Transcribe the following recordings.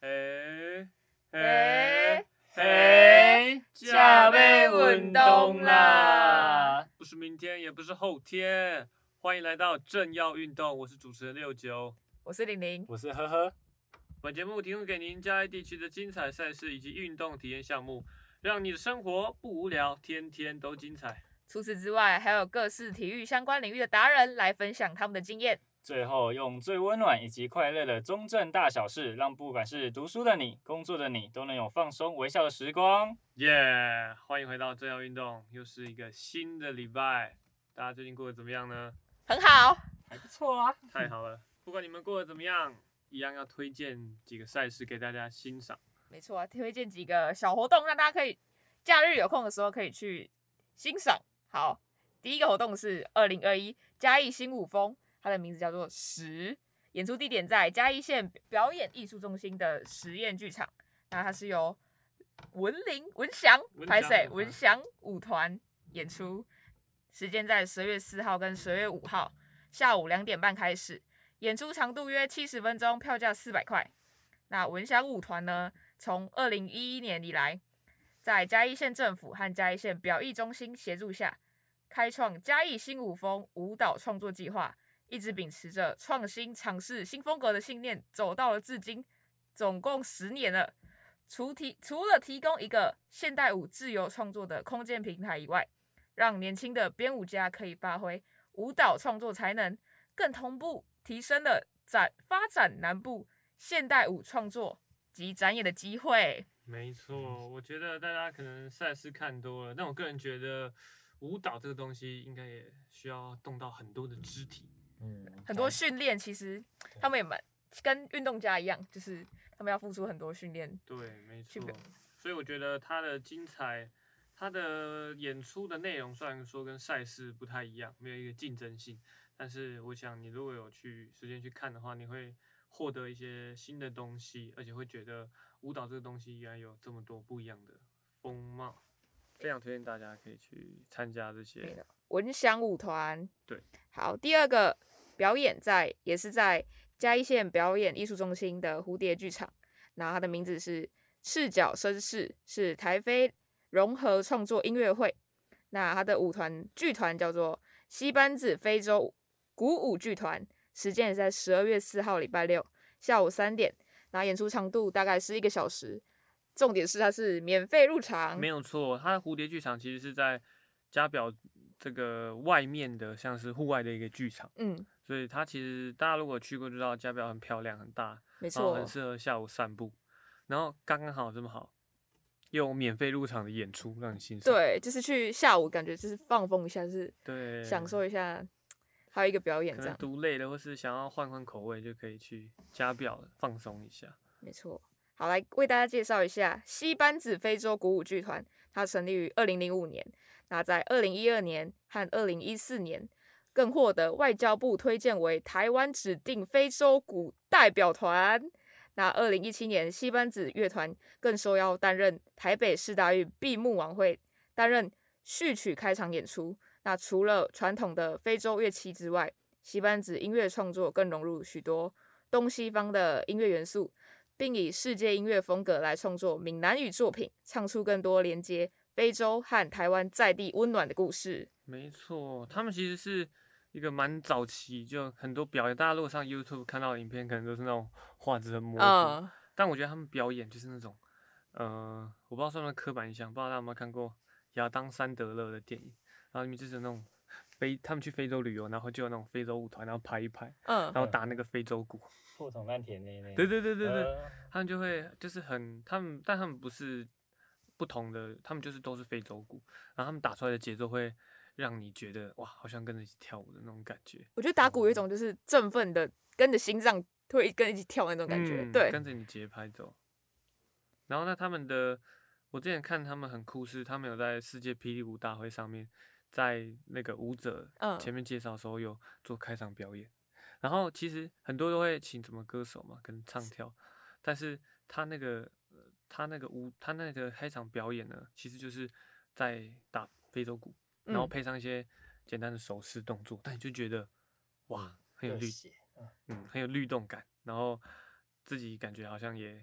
哎哎不是后天。欢迎来到正要运动，我是主持人六九。我是玲玲，我是呵呵，本节目提供给您嘉义地区的精彩赛事以及运动体验项目，让你的生活不无聊，天天都精彩。除此之外，还有各式体育相关领域的达人来分享他们的经验。最后用最温暖以及快乐的中正大小事，让不管是读书的你、工作的你，都能有放松微笑的时光。耶、欢迎回到正要运动，又是一个新的礼拜，大家最近过得怎么样呢？很好，还不错啊，太好了，不管你们过得怎么样，一样要推荐几个赛事给大家欣赏。没错，啊推荐几个小活动，让大家可以假日有空的时候可以去欣赏。好，第一个活动是二零二一嘉义新舞风，它的名字叫做十，演出地点在嘉义县表演艺术中心的实验剧场。那它是由文林文祥文拍祥摄舞团文祥舞团演出，时间在十月四号跟十月五号下午两点半开始，演出长度约七十分钟，票价四百块。那文祥舞团呢，从二零一一年以来，在嘉义县政府和嘉义县表艺中心协助下，开创嘉义新舞风舞蹈创作计划，一直秉持着创新、尝试新风格的信念，走到了至今，总共十年了。除提除了提供一个现代舞自由创作的空间平台以外，让年轻的编舞家可以发挥舞蹈创作才能，更同步提升了展发展南部现代舞创作及展演的机会。没错，我觉得大家可能赛事看多了，但我个人觉得舞蹈这个东西应该也需要动到很多的肢体。嗯，很多训练其实他们也蛮跟运动家一样，就是他们要付出很多训练。对，没去错表。所以我觉得它的精彩，它的演出的内容虽然说跟赛事不太一样，没有一个竞争性，但是我想你如果有去时间去看的话，你会获得一些新的东西，而且会觉得舞蹈这个东西原来有这么多不一样的风貌，非常推荐大家可以去参加这对些。文祥舞团。对，好，第二个表演在也是在嘉义县表演艺术中心的蝴蝶剧场，然后它的名字是赤脚绅士，是台非融合创作音乐会。那它的舞团剧团叫做西班子非洲鼓舞剧团，时间也是在十二月四号礼拜六下午三点，然后演出长度大概是一个小时，重点是它是免费入场，没有错，它的蝴蝶剧场其实是在加表这个外面的，像是户外的一个剧场。嗯，所以它其实大家如果去过就知道，加表很漂亮，很大，没然后哦错很，适合下午散步。然后刚刚好这么好，又有免费入场的演出让你欣赏，对，就是去下午感觉就是放风一下，就是对，享受一下，还有一个表演可能这样，读累了或是想要换换口味，就可以去加表放松一下。没错。好，来为大家介绍一下西班子非洲鼓舞剧团，它成立于二零零五年，那在二零一二年和二零一四年更获得外交部推荐为台湾指定非洲鼓代表团。那二零一七年，西班子乐团更受邀担任台北市大运闭幕晚会，担任序曲开场演出。那除了传统的非洲乐器之外，西班子音乐创作更融入许多东西方的音乐元素，并以世界音乐风格来创作闽南语作品，唱出更多连接非洲和台湾在地温暖的故事。没错，他们其实是一个蛮早期，就很多表演，大家如果上 YouTube 看到的影片，可能都是那种画质很模糊，嗯，但我觉得他们表演就是那种，呃，我不知道算不算刻板印象，不知道大家有没有看过亚当·山德勒的电影，然后里面就是有那种非他们去非洲旅游，然后就有那种非洲舞团，然后排一排，嗯，然后打那个非洲鼓，破桶烂铁那那，对对对对对，呃他们就会就是很他们，但他们不是不同的，他们就是都是非洲鼓，然后他们打出来的节奏会让你觉得哇，好像跟着一起跳舞的那种感觉，我觉得打鼓有哦一种就是振奋的，跟着心脏会跟一起跳那种感觉。嗯对，跟着你节拍走。然后那他们的，我之前看他们很酷是，他们有在世界霹雳舞大会上面，在那个舞者嗯前面介绍的时候有做开场表演。然后其实很多都会请什么歌手嘛，跟唱跳，但是他那个呃他那个舞他那个开场表演呢，其实就是在打非洲鼓，然后嗯配上一些简单的手势动作，但你就觉得哇很有热律血嗯嗯，很有律动感，然后自己感觉好像也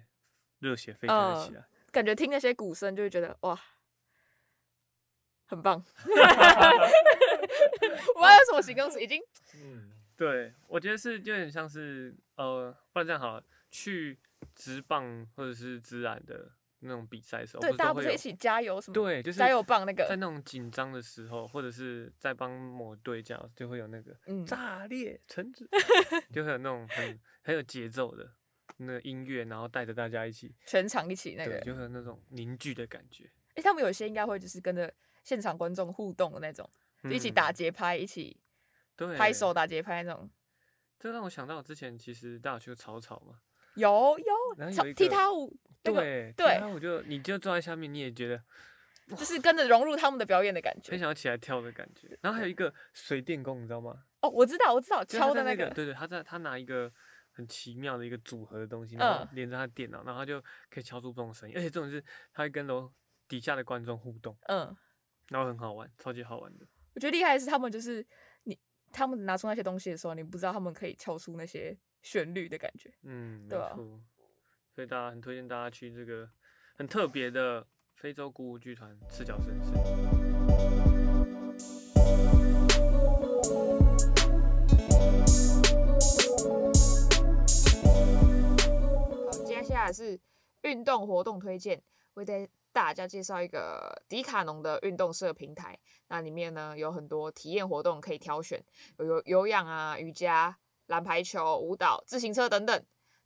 热血沸腾了起嗯来。感觉 听那些鼓声就会觉得哇，很棒。我不知道为什么形容词，已经嗯，对，我觉得是有点像是呃，不然这样好了，去直棒或者是直篮的那种比赛的时候，对是大家都不会是有一起加油什么？对，就是加油棒那个在那种紧张的时候，或者是在帮某队加油，就会有那个嗯，炸裂橙 子，就会有那种很很有节奏的那个音乐，然后带着大家一起，全场一起那个对，。就会有那种凝聚的感觉，哎，他们有些应该会就是跟着现场观众互动的那种，就一起打嗯节拍，一起对拍手。打节拍那种。这让我想到我之前其实大家有去过草草嘛，有然后有，操有一踢个踏舞，那个对啊对然后我就你就坐在下面，你也觉得就是跟着融入他们的表演的感很觉。想要起来跳的感觉。然后还有一个水电工，你知道吗？哦，我知道，我知道，就是他敲在的那个，个，对对，他在他拿一个很奇妙的一个组合的东西，然后嗯连着他的电脑，然后他就可以敲出不同的声音，而且这种是他会跟楼底下的观众互动，嗯，然后很好玩，超级好玩的。我觉得厉害的是他们就是你，他们拿出那些东西的时候，你不知道他们可以敲出那些旋律的感觉。嗯，没对啊错。所以大家很推荐大家去这个很特别的非洲鼓舞剧团赤脚绅士。好，接下来是运动活动推荐，为大大家介绍一个迪卡侬的运动社平台。那里面呢有很多体验活动可以挑选，有有有氧啊、瑜伽、篮排球、舞蹈、自行车等等。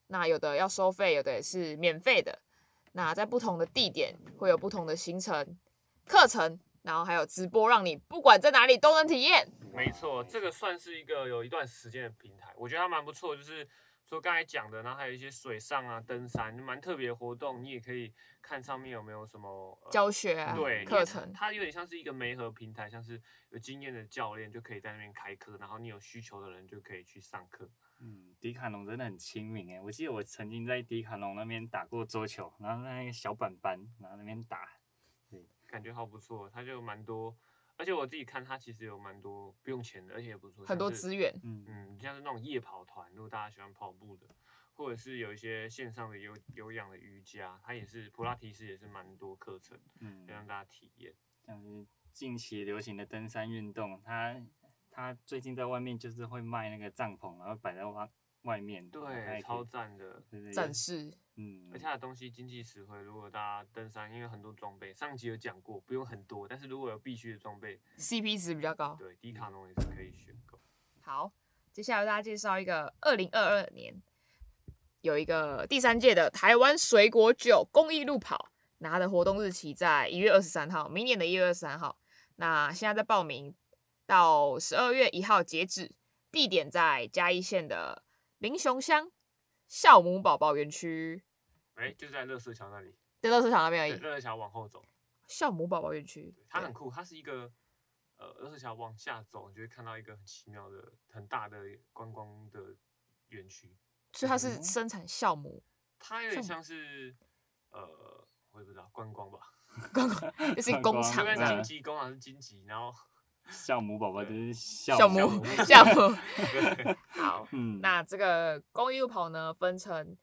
那有的要收费，有的也是免费的。那在不同的地点会有不同的行程、课程，然后还有直播，让你不管在哪里都能体验。没错，这个算是一个有一段时间的平台，我觉得它蛮不错，就是说刚才讲的，然后还有一些水上啊、登山，蛮特别的活动，你也可以看上面有没有什么、呃、教学啊对，课程，它有点像是一个媒合平台，像是有经验的教练就可以在那边开课，然后你有需求的人就可以去上课。嗯，迪卡侬真的很亲民哎！我记得我曾经在迪卡侬那边打过桌球，然后那个小板板，然后那边打，感觉好不错，它就蛮多，而且我自己看它其实有蛮多不用钱的，而且也不错，很多像是资源。嗯，嗯，像是那种夜跑团，如果大家喜欢跑步的，或者是有一些线上的有有氧的瑜伽，它也是普拉提斯也是蛮多课程嗯可以让大家体验。像是近期流行的登山运动，它它最近在外面就是会卖那个帐篷，然后摆在外外面，然后嗯还可对，以超赞的，对对展，示，嗯，而且它的东西经济实惠。如果大家登山，因为很多装备，上集有讲过，不用很多，但是如果有必须的装备， CP 值比较高。对，迪卡侬也是可以选购。好，接下来为大家介绍一个二零二二年有一个第三届的台湾水果酒公益路跑，那它的活动日期在一月二十三号，明年的一月二十三号。那现在在报名，到十二月一号截止，地点在嘉义县的林雄乡孝母宝宝园区，哎、就在乐色桥那里，在乐市场那哎边而对，已。乐色桥往后走，孝母宝宝园区对，它很酷，它是一个。呃，乐色桥往下走，你就会看到一个很奇妙的、很大的观光的园区。所以它是生产酵母， 它有点像像是呃，我也不知道观光吧，就是工就厂跟金这观样光。吉宫还是金吉，然 后酵母宝宝就是酵酵母母， 酵母，对好，嗯，那这个公益路跑呢，分成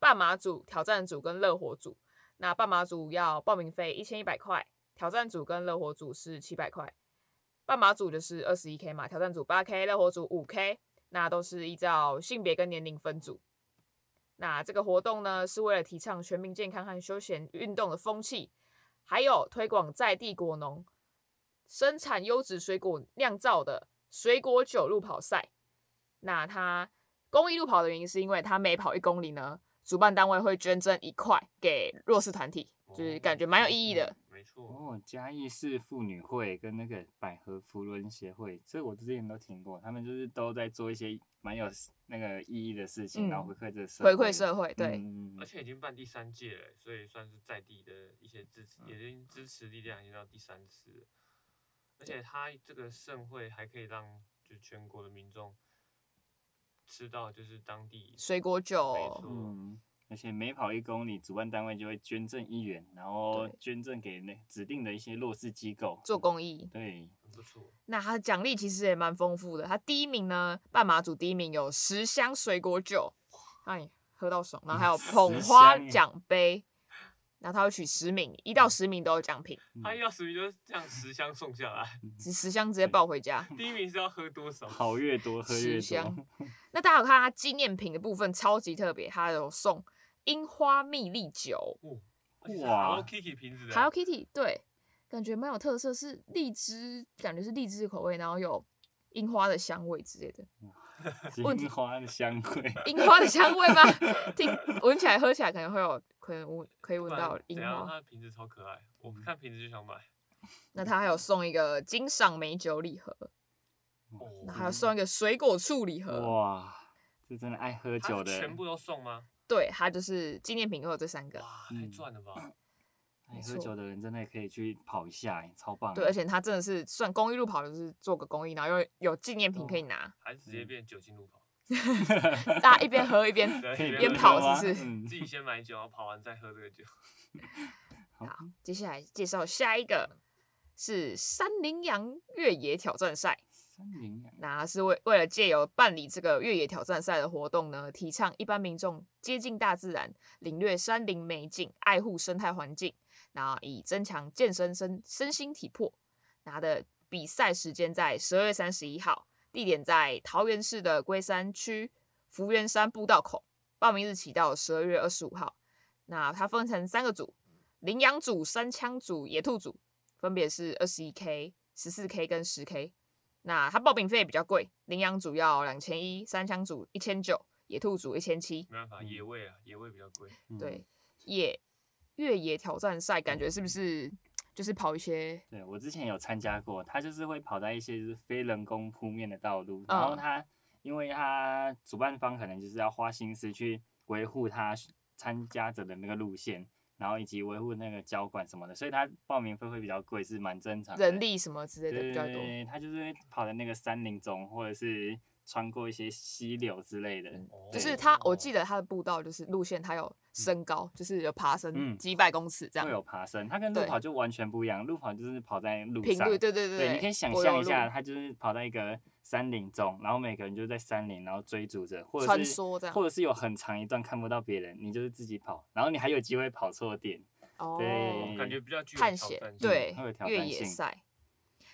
半马组、挑战组跟热火组。那半马组要报名费一千一百块，挑战组跟热火组是七百块。半马组就是二十一 K 嘛，挑战组八 K，热火组五 K，那都是依照性别跟年龄分组。那这个活动呢，是为了提倡全民健康和休闲运动的风气，还有推广在地果农生产优质水果酿造的水果酒路跑赛。那它公益路跑的原因，是因为它每跑一公里呢，主办单位会捐赠一块给弱势团体，就是感觉蛮有意义的。，哦嗯没错，哦，嘉义市妇女会跟那个百合福伦协会，这我之前都听过，他们就是都在做一些蛮有 s- 那个意义的事嗯情，然后回馈这个哦社回会馈社会，对，嗯而且已经办第三届了，所以算是在地的一些支嗯持，已经支持力量已经到第三次了，而且它这个盛会还可以让就全国的民众吃到就是当地水果没酒，错，嗯，而且每跑一公里，主办单位就会捐赠一元，然后对捐赠给那指定的一些弱势机构嗯做。公益。对，很不错，那它的奖励其实也蛮丰富的。它第一名呢，半马组第一名有十 箱水果酒，让你喝到爽，然后还有捧花十箱耶奖杯，然后他会取十名，一到十名都有奖品，他要死就是这样十箱送下来，十十箱直接抱回家。第一名是要喝多少？嗯好越多喝越十箱 多，那大家有看它纪念品的部分超级特别，它有送樱花蜜栗酒而且是哇啊，Hello Kitty 哦瓶子的， ，Hello Kitty，对，感觉蛮有特色，是荔枝，感觉是荔枝的口味，然后有樱花的香味之类的，问题金花的香 味，樱花的香味吗？听闻起来喝起来可能会有，可能闻可以不闻然到樱怎样啊花。它的瓶子超可爱，我嗯看瓶子就想买。那他还有送一个金赏美酒礼盒，嗯哦那还有送一个水果醋礼盒。哇，这真的爱喝它酒是的，全部都送吗？对，它就是纪念品都有这三个。哇，嗯太赚了吧！爱没喝错酒的人真的可以去跑一下，哎超棒的。对，而且它真的是算公益路跑，就是做个公益，然后又有纪念品可以拿，还是直嗯接变酒精路跑，大家一边喝 一边。对可以一边喝跑一边是不是喝嗯自己 先买酒，然后跑完再喝这个酒。接下来介绍下一个是山羚羊越野挑战赛。三零两那是为为了借由办理这个越野挑战赛的活动呢，提倡一般民众接近大自然，领略山林美景，爱护生态环境，那以增强健身身身心体魄。拿的比赛时间在十二月三十一号，地点在桃园市的龟山区福源山步道口，报名日期到十二月二十五号。那它分成三个组：羚羊组、山枪组、野兔组，分别是二十一 K、十四 K 跟十 K。那它报名费比较贵，羚羊组要两千一，山枪组一千九，野兔组一千七。没办法，嗯野味啊，野味比较贵。，嗯对，野越野挑战赛感觉是不是就是跑一些对我之前有参加过，他就是会跑在一些就是非人工铺面的道路，然嗯后他因为他主办方可能就是要花心思去维护他参加者的那个路线，然后以及维护那个交管什么的，所以他报名费会比较贵，是蛮正常的。人力什么之类的比较多？对，他就是会跑在那个山林中，或者是穿过一些溪流之类的。嗯就是它，我记得得它的步道就是路线，它有升高，就是有爬升嗯几百公尺这样会。有爬升，它跟路对跑就完全不一样。路跑就是跑在路频上，率，对对对，对，你可以想柏象油一下，路他就是跑在一个山林中，然后每个人就在山林，然后追逐着，或者穿是梭这样或者是有很长一段看不到别人，你就是自己跑，然后你还有机会跑错点，哦，对感觉比较具有探挑险战性对会有挑越战野性赛。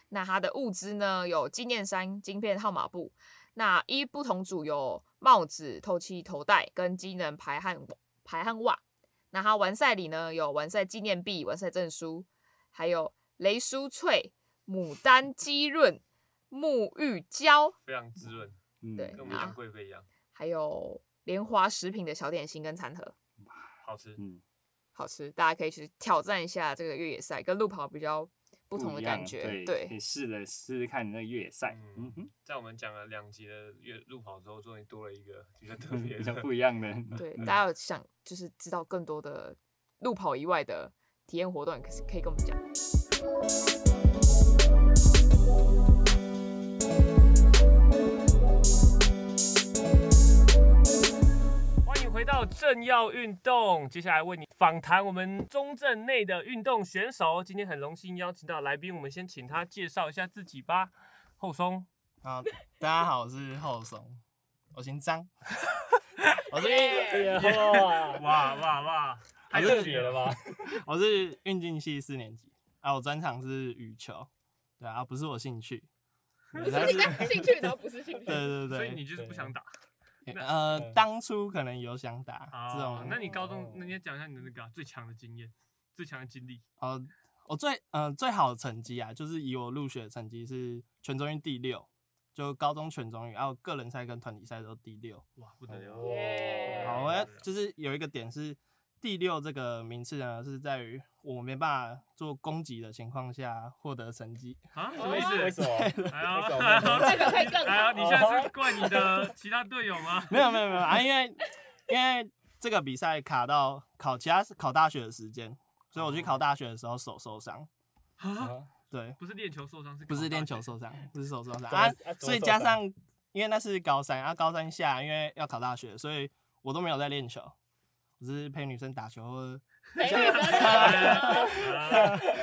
那它的物资呢有纪念衫、晶片号码布，那依不同组有帽子、透气头带跟机能排汗排汗袜。那它完赛礼呢有完赛纪念币、完赛证书，还有雷酥脆、牡丹鸡润、沐浴胶，非常滋润，嗯，对跟我那们杨贵妃一样还有莲花食品的小点心跟餐盒，好吃。嗯，好吃，大家可以去挑战一下这个越野赛，跟路跑比较不同的一感样觉。对，可以试着试试看你那个越野赛，嗯嗯哼，在我们讲了两集的越路跑之后，终于多了一个比较特别 嗯比较的。不一样的， 对，嗯大家有想就是知道更多的路跑以外的体验活动，可以可以跟我们讲。 欢迎回到正要运动，接下来为你访谈我们中正内的运动选手。今天很荣幸邀请到来宾，我们先请他介绍一下自己吧。后松，好，大家好，我是后松，我姓张，我是运 哇哇哇，太好特别了吧！我是运动系四年级啊，我专长是羽球，对啊，不是我兴趣，对但 是兴趣，然后不是兴趣对对对，所以你就是嗯不想打对呃，当初可能有想打这啊种？，那你高中，那你要讲一下你的那个啊最强的经验、最强的经历。呃，我最呃最好的成绩啊，就是以我入学的成绩是全中运第六，就高中全中运，然后个人赛跟团体赛都第六。哇，不得哎了！哦耶好，啊我哎要就是有一个点是第六这个名次呢，是在于我没办法做攻击的情况下获得成绩。 啊，什什么意为思？么？哎呀，代表哦可以更好哎呀，你现在是怪你的其他队友吗？没有没有没有啊，因为因为这个比赛卡到考其他考大学的时间，所以我去考大学的时候手受伤。啊，对，不是练球受伤，是不是考大练球学受伤，不是手受伤怎么啊啊怎么，所以受加伤上因为那是高三啊，高三下因为要考大学，所以我都没有在练球，我只是陪女生打球或 美女不要再啊讲了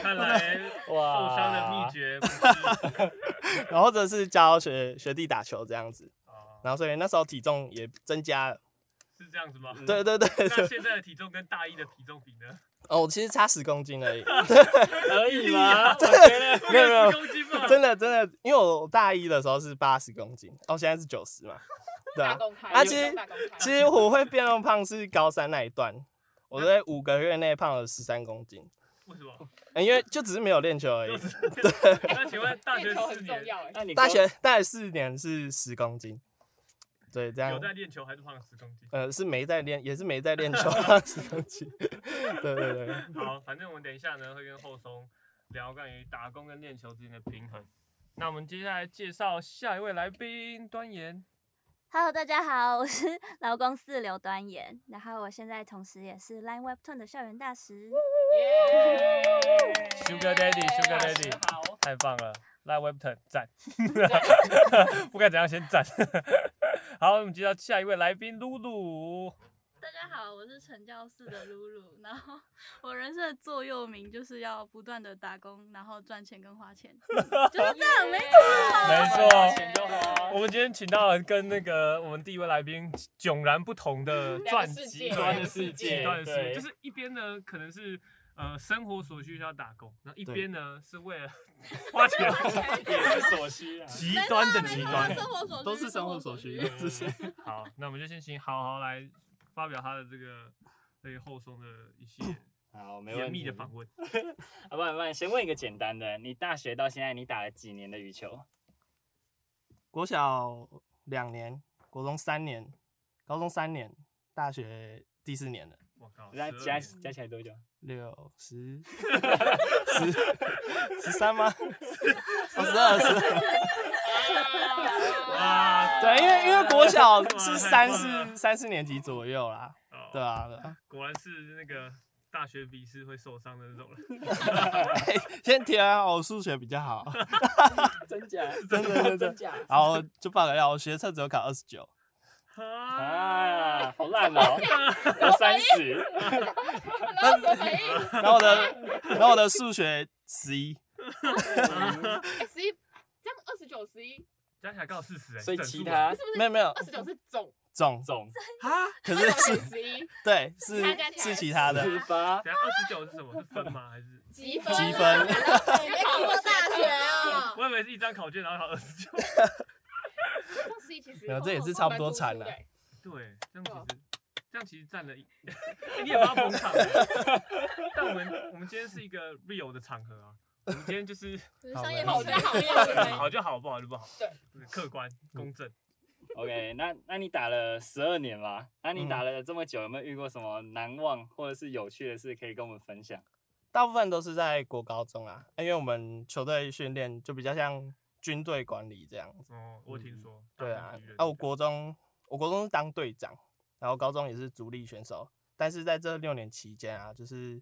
看来受伤的秘诀不是然后或者是教学学弟打球这样子，啊然后所以那时候体重也增加了，是这样子吗？对对对，嗯那现在的体重跟大一的体重比呢？哦，我其实差十公斤而已，可以吗？ 这没有没有十公斤吧？真的真的，因为我大一的时候是八十公斤，哦，现在是九十嘛，对啊。公开啊其实其实我会变那么胖是高三那一段，我在五个月内胖了十三公斤、为什么？呃因为就只是没有练球而已就。是 那请问大学练球四很重年要哎，那你大学大学四年是十公斤，对，这样有在练球还是胖了十公斤？呃是没在练，也是没在练球胖十公斤。 对对对，好，反正我们等一下呢会跟后松聊关于打工跟练球之间的平衡。那我们接下来介绍下一位来宾端言。 Hello，大家好，我是劳工四刘端言，然后我现在同时也是 Line Webtoon 的校园大使。 Sugar Daddy，Sugar Daddy 好，太棒了，赖 Webton 赞， 不管怎样先赞。 好，我们接到下一位来宾露露。大家好，我是陈教室的露露，然后我人生的座右铭就是要不断的打工，然后赚钱跟花钱，就是这样，没啊错。没错钱就花我们今天请到了跟那个我们第一位来宾迥然不同的两传个世极界端两的个世世界极端的世界，对就是一边呢可能是呃生活所需要打工，然后一对边呢是为了 花钱，也是所需啊。极端的极端没错。生活所需都是生活所需，都是生好，那我们就先请好好来发表他的这个对后松的一些好，没严问密题。的访问。啊，不然不然，先问一个简单的，你大学到现在你打了几年的羽球？国小两年，国中三年，高中三年，大学第四年了，我靠，加12加年加起来多久？六十十十三吗？哦，十二十二。哇对，因为因为国小哇是太三棒了四三四年级左右啦，哦对啊，对啊果然是那个大学笔试会受伤的那种人。哎先填啊，我数学比较好，真假？真的真的真假？然后就报个料，我学测只有考二十九，啊，好烂哦，要三十。那什么反应？ 然后我的然后我的数学十一，哎，十一，这样二十九十一，加起来刚好四十哎，所以整其数他哎是不是？没有没有二十九是总，总，总可二是十九是十一对是其他加起来是其他的，十八，等下二十九是什么？是分吗？还是积分积分你没考过大学啊？我以为是一张考卷，然后考二十九。像十一其实没有这也是差不多惨了蛮突出的欸对，这样啊其实这样其实占了一， 你也不要捧场欸。但我们我们今天是一个 real 的场合啊，我们今天就是就是商业 好模式就好用。 好就好，不好就不好，对对，客观公正。 OK，那那你打了十二年嘛？那你打了这么久，有没有遇过什么难忘或者是有趣的事可以跟我们分享？大部分都是在国高中啊，因为我们球队训练就比较像军队管理这样子，哦，我听说。对啊当兵，啊，我国中我国中是当队长，然后高中也是主力选手，但是在这六年期间啊，就是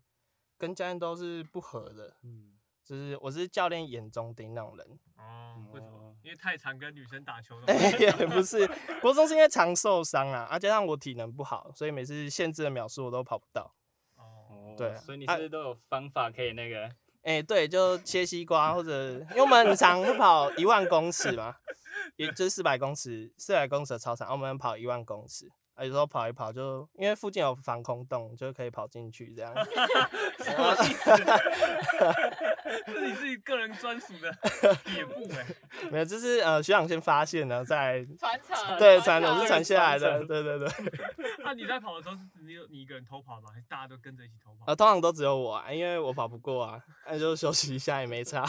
跟教练都是不合的，嗯，就是我是教练眼中钉那种人， 哦，为什么哦？因为太常跟女生打球了吗。嗯哎也不是，国中是因为常受伤啊，啊加上我体能不好，所以每次限制的秒数我都跑不到。哦，哦对啊所以你是不是都有方法可以那个？哎、对，就切西瓜或者，因为我们很常会跑一万公尺嘛，也就是四百公尺，四百公尺的操场，啊我们跑一万公尺，啊，有时候跑一跑就，因为附近有防空洞，就可以跑进去这样。 这你自己个人专属 的野步哎。没有，就是呃，学长先发现，然后再呃传承，对传统是传传下来的，承对对对。那你在跑的时候是只有你一个人偷跑吗？还是大家都跟着一起偷跑啊，？通常都只有我、啊，因为我跑不过啊，那就休息一下也没差。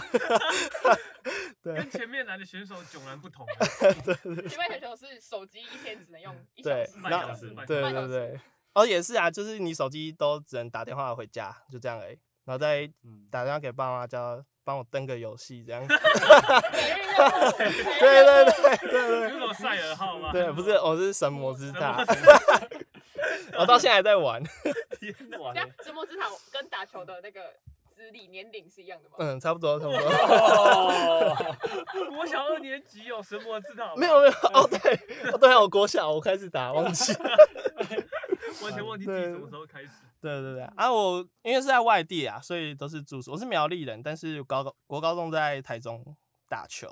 跟前面来的选手迥然不同 啊。前面选手是手机一天只能用一小对时，，半那小时半对小对时对，哦也是啊，就是你手机都只能打电话回家，就这样而已，然后再 嗯，打电话给爸妈，叫帮我登个游戏这样。 每日任务对对对对有种赛尔号吗？对对，不是，我是神魔之塔，我到现在还在玩。哇这样 直播之塔跟打球的那个资历年龄是一样的吗？嗯，差不多差不 多。哦， 国小二年级有神魔之道吗没有，没有哦，对哦对啊，我国小我开始打，忘记。完全忘记自己什么时候开始。对对对啊，我因为是在外地啊，所以都是住宿。我是苗栗人，但是高高国高中在台中打球。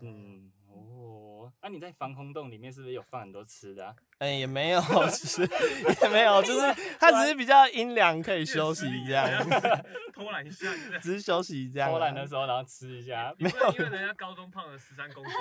嗯，哦，说，啊，你在防空洞里面是不是有放很多吃的、啊？嗯、也没有，其实也没有，就是它只是比较阴凉，可以休息这啊样，偷懒一下，你这只是休息这样、啊。偷懒的时候然后吃一 下，啊你不能因为人家高中胖了十三 公斤，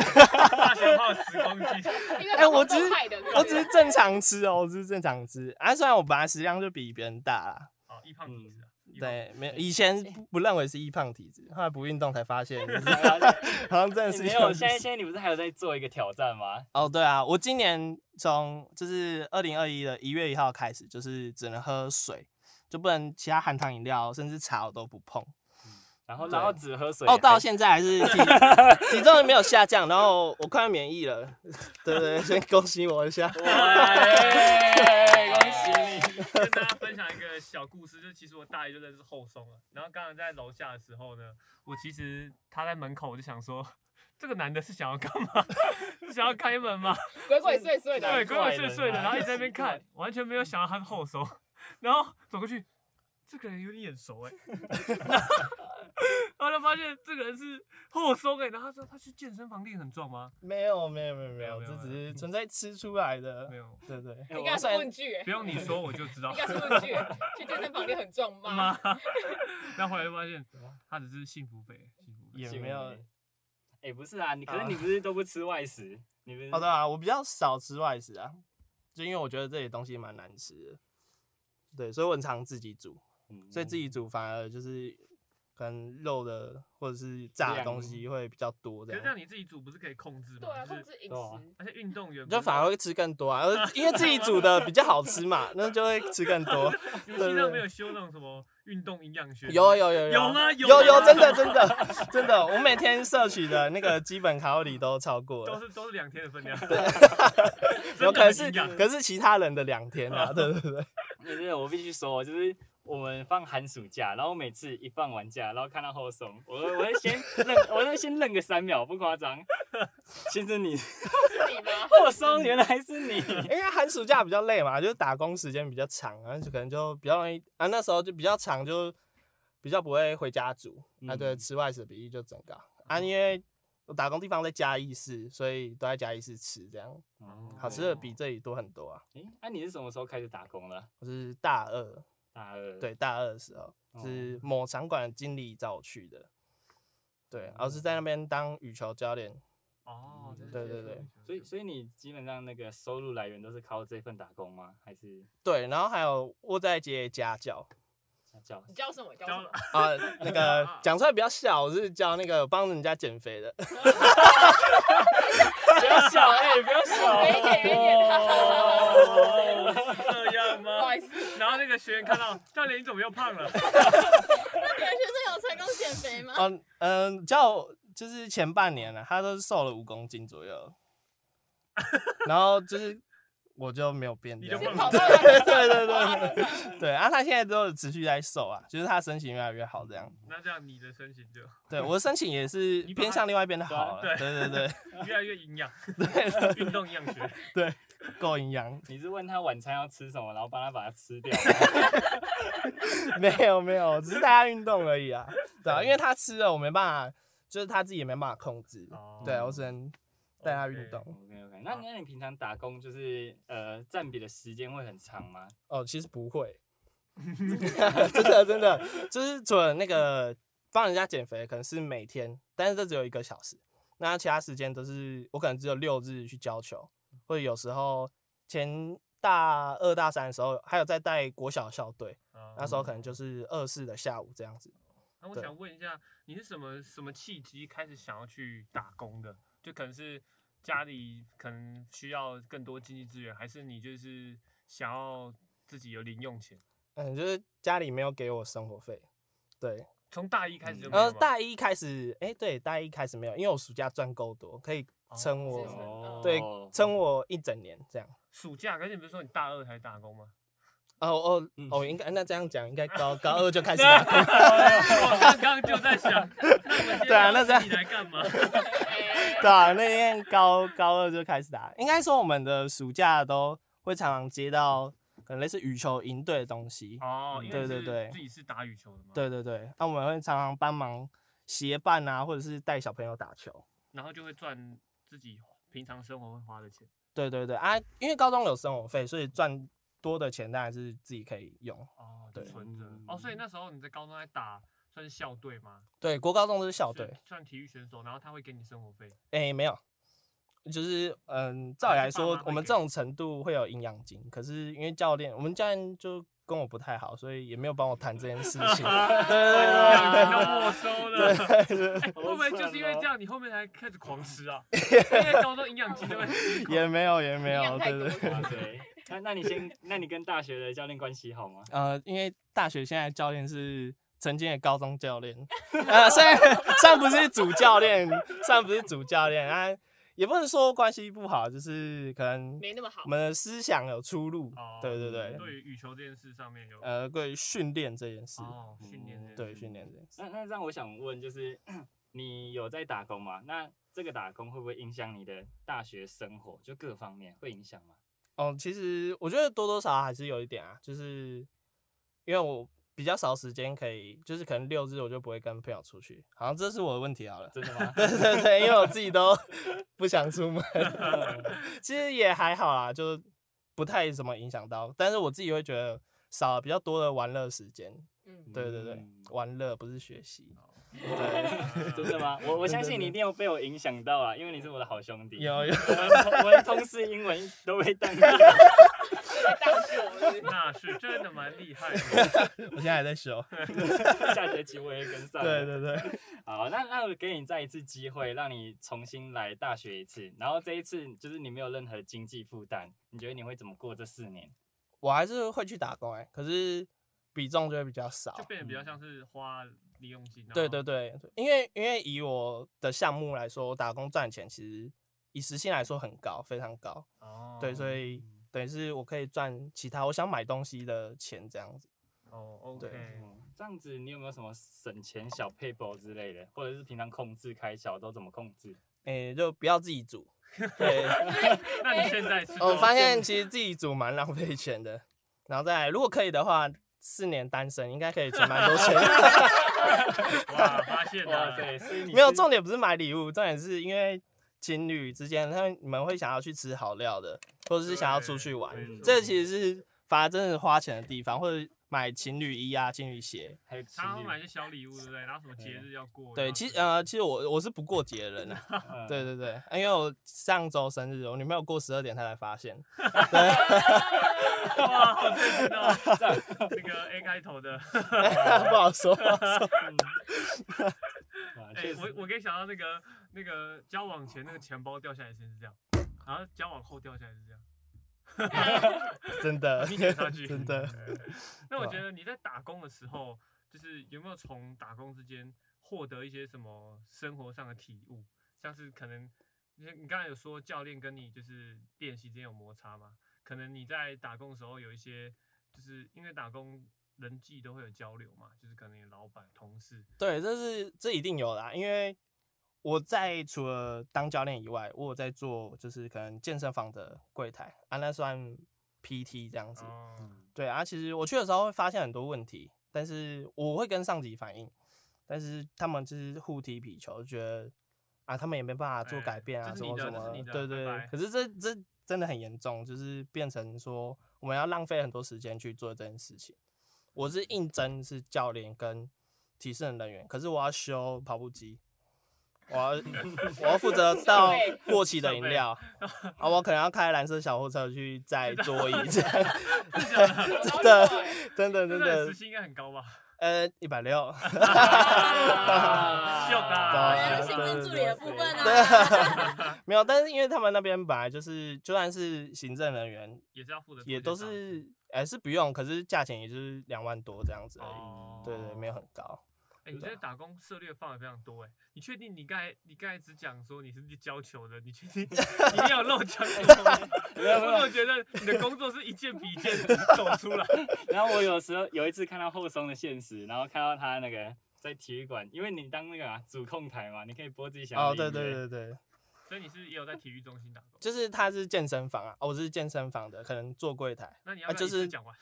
大学胖了十公斤，因哎为我只是害的， 我只是正常吃哦，我只是正常吃啊。虽然我本来食量就比别人大啦，好易胖体质啊，易胖对，没有以前不不认为是易胖体质，后来不运动才发 现，就是然后好像真的就是哎没一样有，现在现在你不是还有在做一个挑战吗？哦，对啊，我今年从就是二零二一的一月一号开始，就是只能喝水，就不能其他含糖饮料甚至茶我都不碰。然后对然后只喝水哦，到还现在还 是体体重没有下降，然后我快要免疫了，对对 对，先恭喜我一下。 哎恭喜你！跟大家分享一个小故事，就是其实我大一就认识后松了。然后刚才在楼下的时候呢，我其实他在门口，我就想说，这个男的是想要干嘛？ 是想要开门吗？鬼鬼祟祟的，对，嗯鬼鬼祟人祟的，啊然后一直在那边奇怪看，完全没有想到他是后松。然后走过去，这个人有点眼熟哎、 然后然后就发现这个人是后松哎、然后他说他去健身房练很壮吗？没有没有没有没有，嗯没有这没有只是纯粹吃出来的没，有，对对。哎应该是问句，欸不用你说哎我就知道应。该是问句，去健身房练很壮吗？？ 然后后来就发现他只是幸福肥，啊幸福肥也幸没运有你？哎，不是啊，你可是你不是都不吃外食？你不是好嗯的啊，我比较少吃外食啊，就因为我觉得这里东西蛮难吃的，对，所以我很常自己煮。嗯所以自己煮反而就是可能肉的或者是炸的量东西会比较多可这是这样样，你自己煮不是可以控制吗？对啊，就控是制饮对啊食。而且运动员就反而会吃更多啊，呃因为自己煮的比较好吃嘛，那就会吃 更多。你对系对上对没有修那种什么运动营养学？有啊有有有吗有有啊吗有真的真的真的，我每天摄取的那个基本卡路里都超过都了，是都是两天的分量， 真的有可很是营养嗯可是其他人的两天啊，对对对，对对，我必须说，哦就是我们放寒暑假，然后每次一放完假，然后看到后松，我我会 先愣，我会先愣个三秒，不夸张。先生你，是你吗？ 后松原来是 你，因为寒暑假比较累嘛，就是打工时间比较长，然后就可能就比较容易啊，那时候就比较长，就比较不会回家煮，啊，对，嗯吃外食的比例就增高啊，因为我打工地方在嘉义市，所以都在嘉义市吃，这样好吃的比这里多很多啊。哎，那、哦你是什么时候开始打工的？我是大二，大二。对，大二的时候哦是某场馆的经理找我去的，对，然后是哦在那边当羽球教练，哦，真的对是嗯对学对生所以，所以你基本上那个收入来源都是靠这份打工吗？还是对，然后还有我在接家 教。家教？你教什么？教什教么？啊，那个讲出来比较小，我是教那个帮人家减肥的。不要笑，哎、不要笑。没哦点没点，哦，是这样不好吗意？思，然后那个学员看到教练你怎么又胖了？那你们学生有成功减肥吗？嗯嗯，教就是前半年呢、他都是瘦了五公斤左右，然后就是我就没有变这样。你就跑胖到 对了对对对对对，啊，他现在都有持续在瘦啊，就是他身形越来越好这样。那这样你的身形就对我的身形也是你把偏他向另外一边的好了，对对 对对越来越营养，运动营养学。对，够营养。你是问他晚餐要吃什么，然后帮他把它吃掉吗？没有没有，只是大家运动而已啊，对啊，因为他吃了我没办法，就是他自己也没办法控制，哦对啊我只能带他运动。 OK OK，那那你平常打工就是呃占比的时间会很长吗？哦，其实不会，真的真的，就是除了那个帮人家减肥，可能是每天，但是这只有一个小时，那其他时间都是我可能只有六日去教球，或者有时候前大二大三的时候，还有在带国小校队，哦那时候可能就是二四的下午这样子。那我对想问一下，你是什么什么契机开始想要去打工的？就可能是家里可能需要更多经济资源，还是你就是想要自己有零用钱？嗯，就是家里没有给我生活费，对，从大一开始就嗯没有然吗、后呃大一开始，哎、对，大一开始没有，因为我暑假赚够多，可以撑我，是对哦，撑我一整年这样。暑假，可是你不是说你大二才打工吗？哦哦嗯哦，应该那这样讲，应该 高高二就开始打工。哦我刚刚就在想，那我们今 对啊天那邀这样请你来干嘛？ 对啊，那天高高二就开始打，应该说我们的暑假都会常常接到可能类似羽球营队的东西。哦，因为嗯对对是对自己是打羽球的嘛，，对对对，那、我们会常常帮忙协办啊，或者是带小朋友打球。然后就会赚自己平常生活会花的钱。对对对啊，因为高中有生活费，所以赚多的钱当然是自己可以用。哦，就对存着。哦，所以那时候你在高中在打算是校队吗？对，国高中都是校是队，算体育选手，然后他会给你生活费。哎、没有，就是嗯，照理还来是爸妈说会，我们给这种程度会有营养金，可是因为教练，我们教练就跟我不太好，所以也没有帮我谈这件事 情。对都对没收了。对对对， 哎会不会就是因为哦这样，你后面才开始狂吃 啊？因为高中营养机都会吃也没有也没营有，养太对多对了对。哇塞，那那你先，那你跟大学的教练关系好吗？ 呃，因为大学现在教练是曾经的高中教 练，呃，虽然虽然不是主教练，虽然不是主教练，啊，也不能说关系不好，就是可能没那么好 我们的思想有出入，哦对对对，对于羽球这件事上面有呃，对于训练这件事，嗯哦训练这件对事训练这件事，那那让我想问，就是你有在打工吗？那这个打工会不会影响你的大学生活？就各方面会影响吗？哦，其实我觉得多多少少还是有一点啊，就是因为我比较少时间可以，就是可能六日我就不会跟朋友出去，好像这是我的问题好了。 真的 吗？对对对，因为我自己都 不想出 门，其实也还好啦，就不太怎么影响到。但是我自己会觉得少了比较多的玩乐时间。嗯，对对对嗯，玩乐不是学习。真的吗？我我相信你一定有被我影响到啊，因为你是我的好兄弟。有有，我们同我们同事英文都被淡掉。那是真的蛮厉害的。我现在还在修。下学期我也跟上。对对对，好，那那我给你再一次机会，让你重新来大学一次，然后这一次就是你没有任何经济负担，你觉得你会怎么过这四年？ 我还是会去打工哎、可是比重就会比较少就。变得比较像是花零用金。啊对对对，因为因为以我的项目来说，我打工赚钱其实以时薪来说很高，非常高。哦，对，所以等于是我可以赚其他我想买东西的钱这样子。哦，OK，嗯这样子，你有没有什么省钱小配包之类的，或者是平常控制开销都怎么控制？诶、就不要自己 煮。对，那你现在是我多发现其实自己煮蛮浪费钱的。然后再来如果可以的话，四年单身应该可以存蛮多钱。 哇，发现哇了， 塞，所以你没有，是重点不是买礼物，重点是因为情侣之间，他们你们会想要去吃好料的，或者是想要出去玩对没。错这其实是反而真的是花钱的地方，或者买情侣衣啊、情侣鞋。还有情他会侣买一些小礼物，对不对？然后什么节日要过？对，然后其实什么呃，其实我我是不过节的 人啊。嗯对对对，因为我上周生日，我哦女朋友过十二点，她才 发现。哇，好震惊哦！那个 A 开头的，不好说。 哇哎、确实我我可以想到那个那个交往前那个钱包掉下来先是这样，然后交往后掉下来是这样，真的，明显差距。真的。嗯那我觉得你在打工的时候，就是有没有从打工之间获得一些什么生活上的体悟？像是可能，你你刚才有说教练跟你就是练习之间有摩擦嘛？可能你在打工的时候有一些，就是因为打工人际都会有交流嘛，就是可能你老板、同事，对，这是这一定有啦，因为我在除了当教练以外，我有在做就是可能健身房的柜台啊，那算 PT 这样 子。哦，对啊，其实我去的时候会发现很多问题，但是我会跟上级反映，但是他们就是互踢皮球，觉得啊，他们也没办法做哎改变啊，这是什你的么什这是么你的拜对对。拜可是这这真的很严重，就是变成说我们要浪费很多时间去做这件事情。我是应征是教练跟体适能人员，可是我要修跑步机。我 要我要负责倒过期的饮料，啊，我可能要开蓝色小货车去载 桌椅，这样真的 真的真那你的时，薪应欸该很啊高吧？呃，一百六，秀 啊的，对有行政助理的部分对啊，， 没有，但是因为他们那边本来就是，就算是行政人员，也是要负责，也都是，哎，是不用，可是价钱也就是两万多这样子而已，哦，对啊对，没有很高。哎、你这打工策略放的非常多哎、你确定你刚才你刚才只讲说你是去教球的，你确 定你没有漏讲什么？我总觉得你的工作是一件比一件走出来，然后我有时候有一次看到后松的现实，然后看到他那个在体育馆，因为你当那个、啊、主控台嘛，你可以播自己想要哦，的对音乐对对对，所以你是也有在体育中心打工。就是他是健身房啊，哦我是健身房的，可能做 柜台，那你要不啊要就一次是讲 完？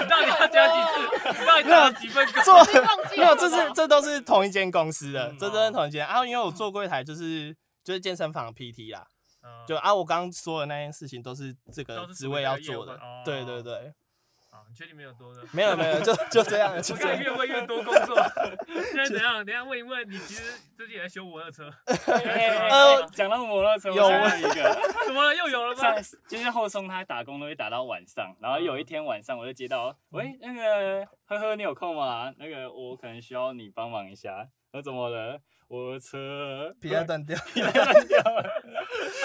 你到底要讲几次？你到底打了几份工？做忘记没有，了这好不是好这都是同一间公司的，啊嗯哦 这都是同一间。然后因为我做柜台，就是就是健身房的 PT 啦。嗯就啊，我刚刚说的那件事情都是这都是个职属于位这个要业做务的哦。对对对，啊，你确定没有多的？ 没有没有，就就这样，就我这看样。越问越多工 作，现在怎样？等一下问一问，你其实最近也在修摩托车，呃讲到摩托车，有我想到一个怎么了？又有了吗？上就是后松他打工都会打到晚上，然后有嗯一天晚上我就接到，喂，那个呵呵，你有空吗？那个我可能需要你帮忙一下。我怎么了？我车皮带断掉，那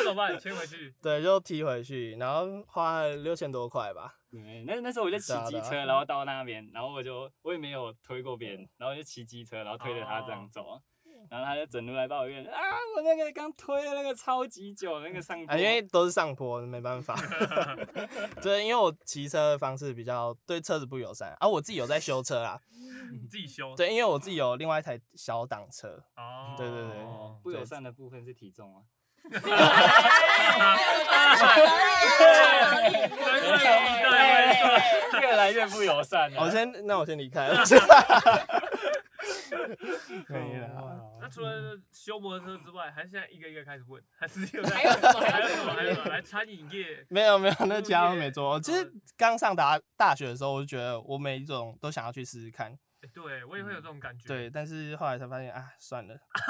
怎么办？切回去。对，就踢回去，然后花了六千多块吧。对，那那时候我就骑对啊机对啊车，然后到那边，然后我就我也没有推过别人，然后我就骑机车，然后推着他这样走，然后他就整路来抱怨啊，我那个刚推的那个超级久的那个上坡，啊，因为都是上坡，没办法。 对，因为我骑车的方式比较对车子不友善啊，我自己有在修车啦。你自己修。对，因为我自己有另外一台小挡车，哦，对对对哦不友善的部分是体重啊，难怪皮带会断。越来越不友善了。哦我先，那我先离开了。可以 那哦了，除了修摩托车之外，还是现在一个一个开始问，还是有 还还有什么还有什么？还有什么？来餐饮业，没有没有，那物其他都业没做。我其实刚上大大学的时候，我就觉得我每一种都想要去试试看，哎对我也会有这种感觉。对。但是后来才发现啊，算了，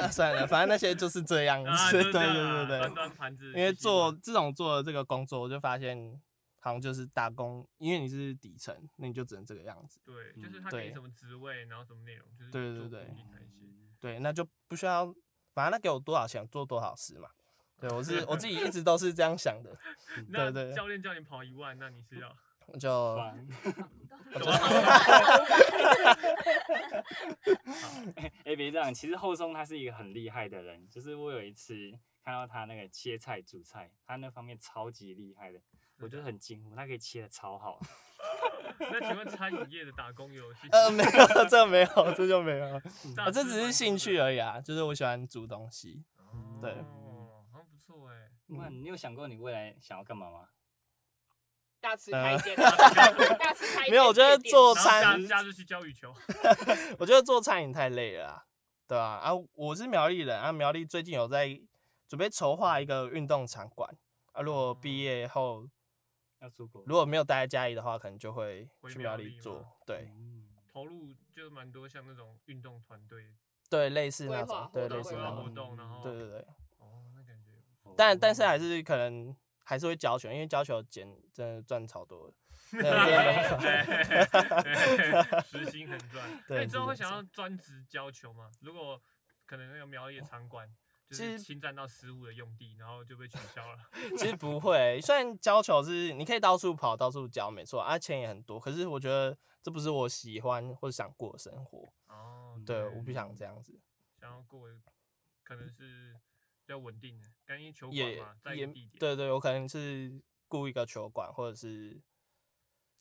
啊算了，反正那些就是这样啊，子。就 是对对这样啊对对端，端盘子洗洗碗，因为做自从做了这个工作，我就发现好像就是打工，因为你是底层，那你就只能这个样子。对，就是嗯他给你对什么职位，然后什么内容，就是做对对固对定那一些对，那就不需要，反正他给我多少钱做多少事嘛。对我是我自己一直都是这样想的，对那对教练叫你跑一万，那你是要 我就 烦。哎，别这样，其实后松他是一个很厉害的人，就是我有一次看到他那个切菜煮菜，他那方面超级厉害的，我就很惊呼，他可以切的超好。那请问餐饮业的打工有去呃没有，这没有，这就没有， 炸啊，这吃只是饭兴之类趣的而已啊，就是我喜欢煮东西。对哦，好像不错哎。嗯那你有想过你未来想要干嘛吗？大吃开间，大吃开间 没有，我觉得做然后假餐，假日去教羽球， 我觉得做餐饮太累了啊，对吧、啊？我是苗栗人啊，苗栗最近有在准备筹划一个运动场馆啊，如果毕哦业后要出国？如果没有待在家里的话，可能就会回去苗苗栗栗吗做，对嗯投入就蛮多像那种运动团队对，类似规那划种，对活动类规似划那活种，动，然后对对对。哦，那感觉不错但但嗯是还是可能还是会教球，因为教球钱真的赚超 多的，对真的没办法。对，时薪很赚。对那你之后会时薪想很要专职教球吗？如果可能那个苗野场馆就其是实侵占到十五的用地，然后就被取消了。其实不会，虽然教球是你可以到处跑、到处教，没错啊，钱也很多。可是我觉得这不是我喜欢或想过的生活，哦，对，我不想这样子，想要过，可能是比较稳定的，干一球馆也嘛，在一也个地点。对对，我可能是雇一个球馆或者是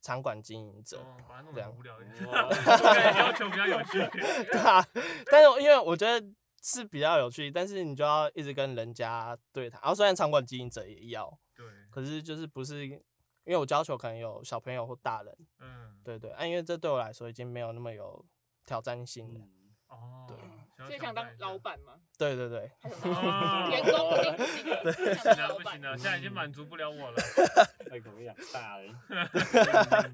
场馆经营者，哦，把它弄这得样很无聊一点，哇对要求比较有趣。 对啊。但是因为我觉得是比较有趣，但是你就要一直跟人家对谈。然、后虽然场馆经营者也要，对，可是就是不是因为我教球可能有小朋友或大人，嗯，对对啊，因为这对我来说已经没有那么有挑战性了。嗯哦，想要所以挑战想当一下老。板吗？对 对对，还想哦当 员工不行不行，不想行当啊，老不行板。啊，现在已经满足不了我了， 胃口养大嗯了。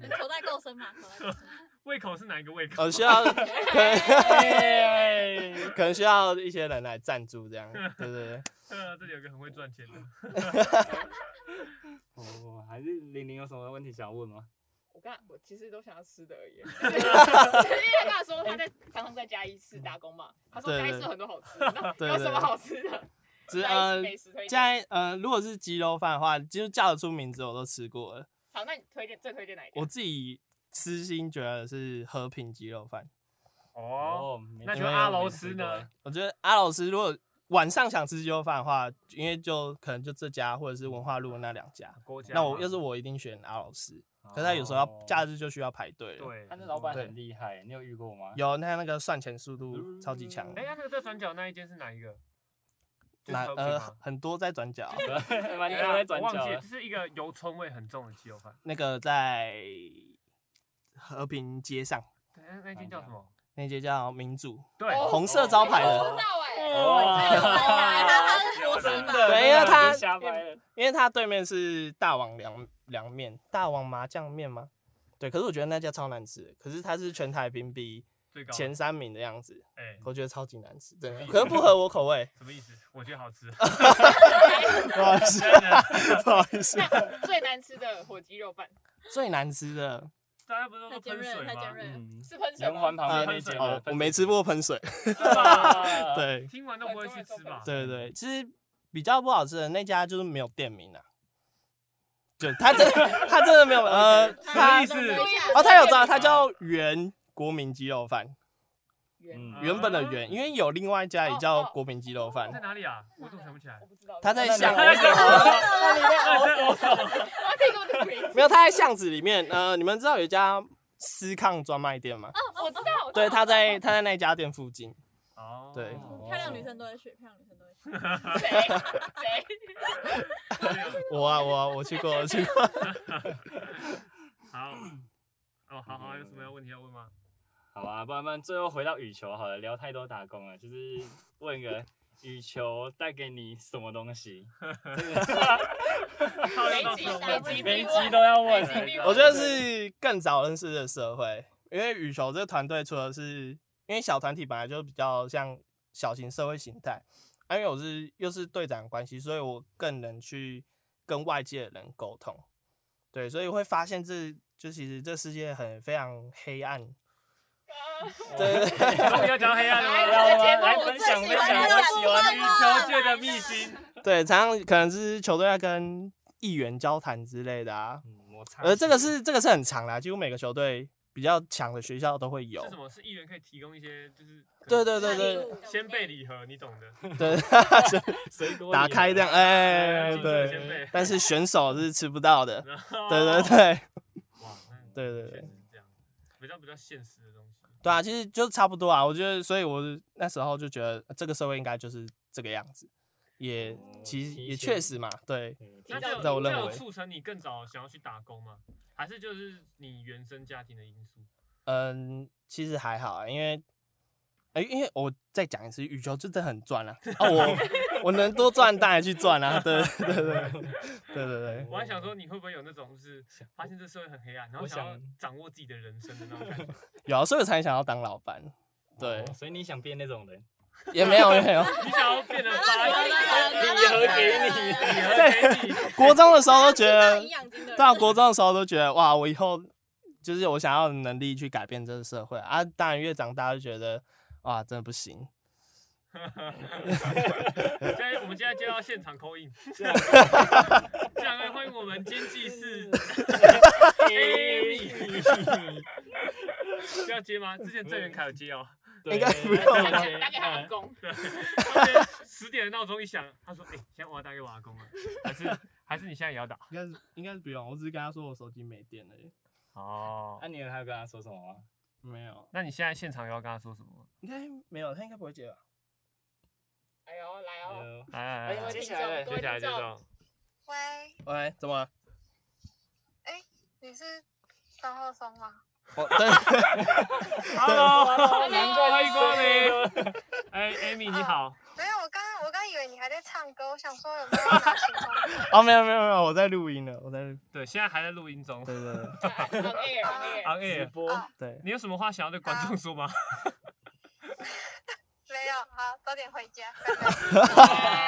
你口袋够深嘛？口袋够深。胃口是哪一个胃口？呃，需要 可哎能可能需要一些人来赞助这样，对 对对。呃，这里有个很会赚钱的。哦，还是玲玲有什么问题想问吗？我刚我其实都想要吃的 而已，因为他跟我说他在常常在嘉义市打工嘛，他说对嘉义对市有很多好 吃的，那对有对什么好吃的？只嘉义呃市，美食推现荐。在呃，如果是鸡肉饭的话，就是叫得出名字我都吃过了。好，那你推荐最推荐哪一家我？自己私心觉得是和平鸡肉饭，哦，，没那吃就过阿劳没斯吃呢过？我觉得阿老师如果晚上想吃鸡肉饭的话，因为就可能就这家或者是文化路那两家。国家哦那我嘛要是我一定选阿老师，可是他有时候要假日就需要排队了。，对，他啊那老板对很厉害，你有遇过吗？有他那个算钱速度超级强哎，，那个在转角那一间是哪一个？就是那和平 呃吗很多在转角， 哎蛮多呀在我转忘角记了， 了就。是一个油葱味很重的鸡肉饭。那个在和平街上，哎对，那那间叫什么？那街叫民主，对，红色招牌我哦不的知，道哎，哦哇说什么？对啊因为他别瞎掰了因为它对面是大王凉凉面，大王麻酱面吗？对，可是我觉得那家超难吃的，可是它是全台评比最高前三名的样子，哎，我觉得超级难吃，真的，嗯，可是不合我口味什么意思？我觉得好吃。 不好意思，不好意思，最难吃的火鸡肉饭 最难吃的，大家不是太都尖喷锐水了，太尖吗？锐 了。嗯，是喷什圆环么？旁呃边那间哦，我没吃过喷水，过对啊听完都不会去吃吧？啊对对对，其实比较不好吃的那家就是没有店名啊，对，他真的他真的没 有，呃，什么他意思？哦，他有知道，他叫原国民鸡肉饭，嗯原本的原，因为有另外一家也叫哦哦国民鸡肉饭，在哪里啊？我怎么想不起来我？不知道。他在巷， 他在啊巷子啊他听过这个名字，没有，他在巷子里面。呃，你们知道有一家思康专卖店吗？我知道。 对，他哦在他在那家店附近。哦，对漂亮女生都会去，漂亮女生都会谁去。谁？我啊我啊，我去过，我去过。哦好，哦，好好，有什么要问题要问吗？好啊，不然不然最后回到羽球好了，聊太多打工了，就是问一个羽球带给你什么东西？靠要到时候每集每一每集都要问每集，必问我觉得是更早认识的社会，因为羽球这个团队除了是因为小团体本来就比较像小型社会形态，啊因为我是又是队长的关系，所以我更能去跟外界的人沟通。对，所以会发现这就其实这世界很非常黑暗。对 对对。终于要讲到黑暗了吗？来这个节目哎来我分最享喜分欢享的我部喜欢羽羽球界的秘辛。 对，常常可能是球队要跟议员交谈之类的啊。嗯摩擦 呃，这 个是这个是很长啦，几乎每个球队比较强的学校都会有是什。么？是议员可以提供一些，就是对对啊对对礼物先辈礼盒，你懂的。对，水果打礼开盒这样， 哎、竞争先 对辈。但是选手是吃不到的。对对对，对哇，对确对实对是这样，比较比较现实的东西。对啊，其实就差不多啊。我觉得，所以我那时候就觉得呃这个社会应该就是这个样子，也其实也确实嘛，对。嗯那这这有在我这认有为促成你更早想要去打工吗？还是就是你原生家庭的因素？嗯，其实还好啊，因为，哎、因为我再讲一次，羽球真的很赚啊！哦，我我能多赚当然去赚啊，对对对对对对我还想说，你会不会有那种就是发现这社会很黑暗，然后我想要想掌握自己的人生的那种感觉？有啊，所以我才想要当老板，对哦，所以你想变那种人，也没有也没有，你想要变得啊发拿到你的礼盒给你，礼盒给你，国中的时候都 觉得营，养金的人，到国中的时候都觉得哇，我以后就是我想要有能力去改变这个社会啊，当然越长大就觉得哇，真的不行，现在我们现在接到现场口音， 这样来欢迎我们经济 室 Amy，是要接吗？之前郑元凯有接哦，应该不用大概大概打工，十点的闹钟一响，他说：“哎、现在我要打给我阿公了， 还是还是你现在也要打应该是应该是不用，我只是跟他说我手机没电而已，？”哦啊那，你有还有跟他说什么吗？没有，那你现在现场有要跟他说什么吗？应该没有，他应该不会接吧。哎呦来哦，呃来来来，接哎接下来接下来介 绍，喂，喂，怎么了？哎你是高浩松吗？哦，对， Hello，难怪欢迎光临。哎，Amy 你好，没有，我刚刚我刚以为你还在唱歌，我想说有没有要拿行动电哦，没有没有没有，我在录音呢，我在录，对，现在还在录音中。对对对很 air 很 air， On air，播对，你有什么话想要对观众说 吗？没有，好，早点回家，拜拜。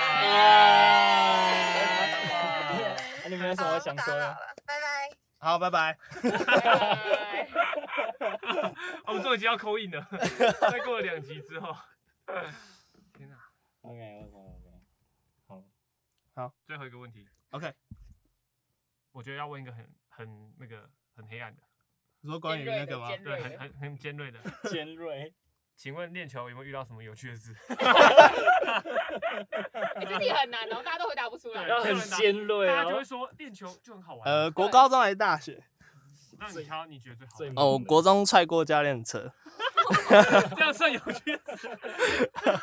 啊你们有什好，么不想打说扰的？了，拜拜。好，拜拜。哦我们终于接到口音了， 再过了两集之后，天哪、 OK OK OK，最后一个问题， OK，我觉得要问一个很很那个很黑暗的，你说关于那个吗？尖锐对，的很很很尖锐的。尖锐，请问练球有没有遇到什么有趣的事？哎这题很难哦，大家都回答不出来。对很尖锐大家就哦会，说练球就很好玩。啊呃，国高中还是大学？那你挑你觉得最好最玩的，哦，我国中踹过教练车，这样算有趣的事？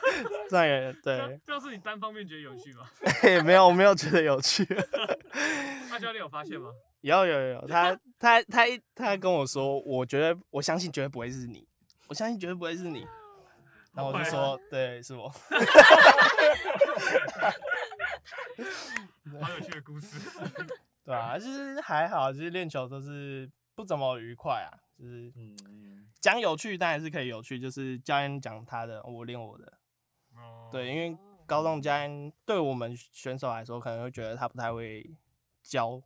那也这样 嗯对，这样是你单方面觉得有趣吗？嘿没有，我没有觉得有趣。 那啊教练有发现吗？有有有， 他他他一他跟我说，我觉得我相信绝对不会是你，我相信绝对不会是你。然后我就说，啊对，是我。好有趣的故 事。对啊，就是还好，就是练球都是不怎么愉快啊，就是嗯，讲有趣当然是可以有趣，就是教练讲他的，我练我的。哦对，因为高中教练对我们选手来说，可能会觉得他不太会教。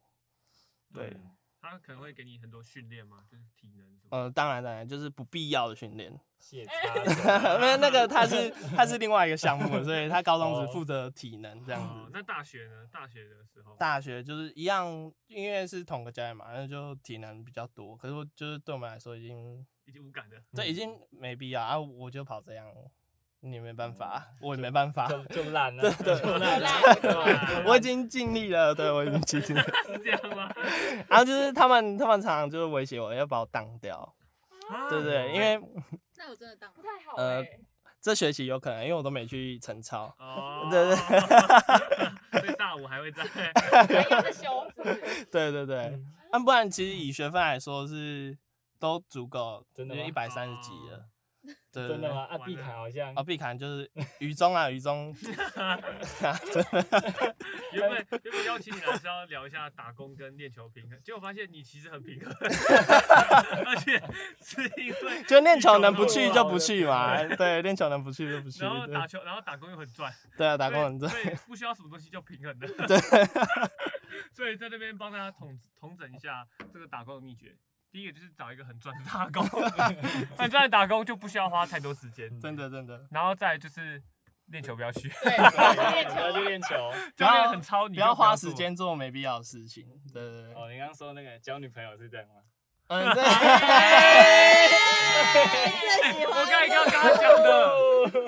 对，嗯他可能会给你很多训练嘛，就是体能什么。呃，当然当然，就是不必要的训 练。谢差。没有那个他是他是另外一个项目，所以他高中只哦负责体能这样哦子。那大学呢？大学的时候，大学就是一样，因为是同个教练嘛，那就体能比较多。可是我就是对我们来说已经已经无感的，嗯这已经没必要啊，我就跑这样，你也没办法，我也没办法，嗯就就烂了，就烂烂了。我已经尽力了，对我已经尽 力了。是这样吗？然后就是他们，他们常常就是威胁我要把我当掉， 对不对？嗯因为那我真的当不太好呃欸这学期有可能，因为我都没去晨操， 哦，对 对，所以大五还会在，还在修是不是对对对，嗯那、不然其实以学分来说是都足够，真的吗一百三十级了， 对真的？吗？对啊，碧凯好像啊，必 砍就是雨中啊，雨中，真的原本原本邀请你来是要聊一下打工跟练球平衡，结果发现你其实很平衡， 而且是因为就练球能运不动去好就不去嘛，对，练球能不去就不去，然后对打球，然后打工又很赚，对啊，打工很对，赚，所以不需要什么东西就平衡的，所以在这边帮大家统统整一下这个打工的秘诀。第一个就是找一个很赚的打 工，很赚的打工就不需要花太多时间， 真的真的。然后再来就是练球不要去， 对，不要去练球。教练很超你，不要花时。间做没必要的事情。对对对，哦，你刚刚说那个交女朋友是这样吗？ 嗯，对，我刚才刚刚跟他讲的，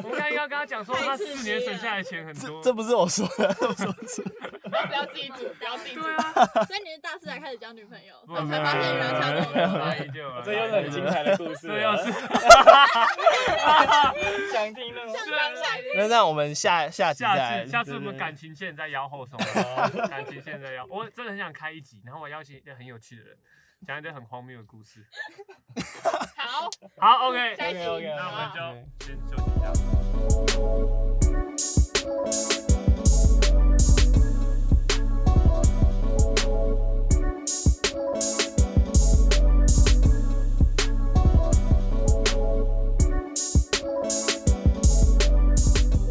我刚才刚跟他讲说他四年省下来的钱很这多，这不是我说的， 这不是我说的。然后不要自己煮，不要自己煮对。啊，所以你是大四才开始交女朋友，不我才发现原来差那么多。没有这又是很精彩的故事。这又是想听那种。那让我们下下集下再，次下次对我对们对感情线在腰后 手，感情线在腰，我真的很想开一集，然后我邀请一个很有趣的人，讲一堆很荒谬的故事。好，好，OK，下一集 OK，OK，OK 那我们好就先休息一下。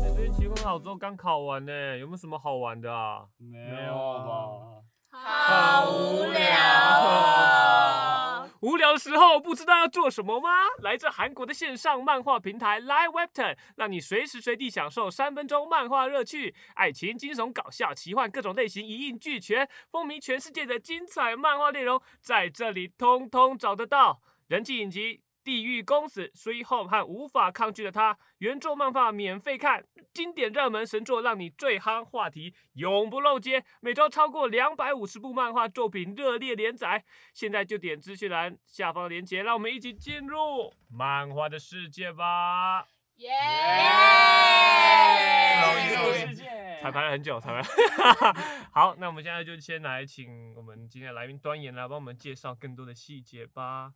哎最近期末考之后刚考完呢，有没有什么好玩的啊？没有吧？好无聊哦。无聊的时候不知道要做什么吗？来自韩国的线上漫画平台 Live Webtoon，让你随时随地享受三分钟漫画乐趣，爱情、惊悚、搞笑、奇幻各种类型一应俱全，风靡全世界的精彩漫画内容在这里通通找得到。人气影集《地狱公子》、《Sweet Home》和《无法抗拒的他》原作漫画免费看，经典热门神作让你最夯话题永不漏接，每周超过两百五十部漫画作品热烈连载。现在就点资讯栏下方链接，让我们一起进入漫画的世界吧！耶！世彩排了很久，彩排了。 好，那我们现在就先来请我们今天的来宾端言来帮我们介绍更多的细节吧。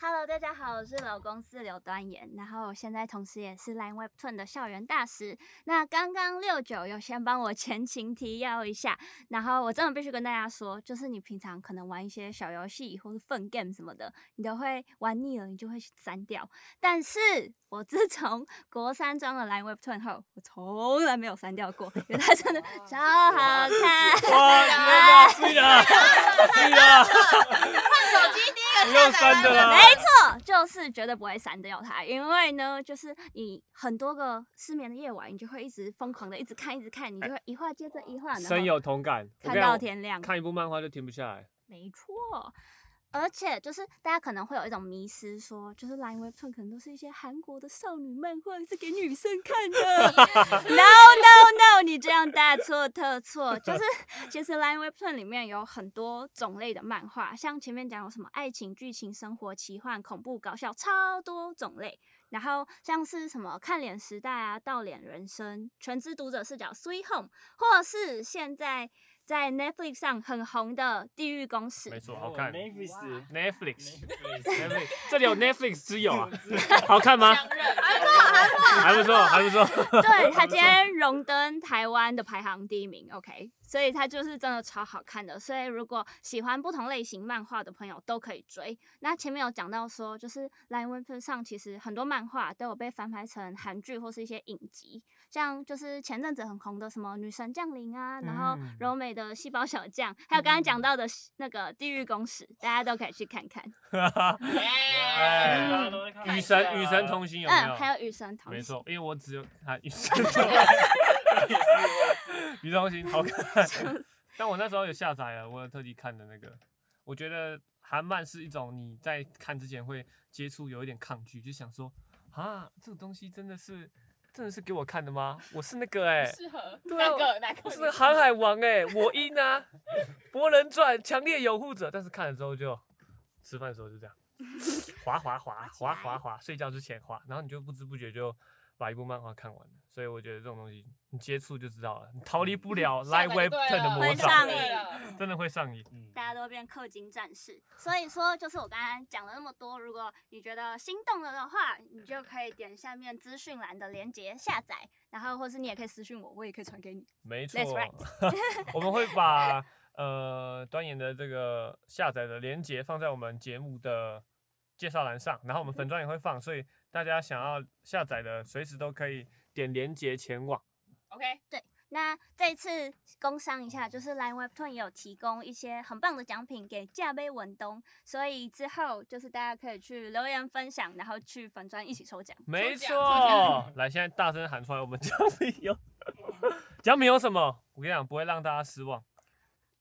Hello，大家好，我是老公司刘端妍，然后我现在同时也是 Line Webtoon 的校园大使。那刚刚六九有先帮我前情提要一下，然后我真的必须跟大家说，就是你平常可能玩一些小游戏或是 fun game 什么的，你都会玩腻了，你就会去删掉。但是我自从国三装了 Line Webtoon 后，我从来没有删掉过，因为它真的超好 看。哇，天哪，对啊，手机第一不个用下删载的啦没错，就是绝对不会删掉它，因为呢，就是你很多个失眠的夜晚，你就会一直疯狂的一直看，一直看，你就会一话接着一话，然后哎深有同感，我看跟你讲到天亮。看一部漫画就停不下来。没错。而且就是大家可能会有一种迷失说就是 Line Webtoon 可能都是一些韩国的少女漫画，是给女生看的。no No No，你这样大错特错。就是其实 Line Webtoon 里面有很多种类的漫画，像前面讲有什么爱情、剧情、生活、奇幻、恐怖、搞笑，超多种类。然后像是什么看脸时代啊、到脸人生、全知读者视角、Sweet Home，或是现在在 Netflix 上很红的《地狱公使》没。错，好看。Mavis。Netflix，Netflix，这里有 Netflix 之友啊，好看吗？认，韩国韩还不错，还不 错。对他今天荣登台湾的排行第一名，OK，所以他就是真的超好看的。所以如果喜欢不同类型漫画的朋友都可以追。那前面有讲到说，就是《莱文分上》其实很多漫画都有被翻拍成韩剧或是一些影集，像就是前阵子很红的什么《女神降临》啊，然后嗯柔美的《细胞小将》，还有刚刚嗯讲到的那个《地狱公使》，大家都可以去看看。哎，与神与神同行有没嗯，还有？有《与神同没行》。错，因为我只有看与 神同行，与神同行好看。但我那时候有下载了，我有特地看的那个。我觉得韩漫是一种你在看之前会接触有一点抗拒，就想说啊，这个东西真的是真的是给我看的吗？我是那个哎、适合对啊那个那我个是那个航海王哎、我赢啊，博人传强烈拥护者。但是看了之后就吃饭的时候就这样，滑滑滑滑滑滑，睡觉之前滑，然后你就不知不觉就把一部漫画看完了。所以我觉得这种东西你接触就知道了，你逃离不了 Live w e b t e 的魔会掌，上瘾真的会上瘾。嗯大家都会变氪金战士。所以说，就是我刚才讲了那么多，如果你觉得心动了的话，你就可以点下面资讯栏的链接下载，然后或是你也可以私信我，我也可以传给你。没错 That's right 我们会把呃端言的这个下载的链接放在我们节目的介绍栏上，然后我们嗯粉钻也会放，所以大家想要下载的，随时都可以点链接前往。 OK，那这一次工商一下，就是 Line Webtoon 也有提供一些很棒的奖品给价杯文东，所以之后就是大家可以去留言分享，然后去粉专一起抽奖。没抽错奖，来，现在大声喊出来，我们奖品有奖品有什么？我跟你讲，不会让大家失望。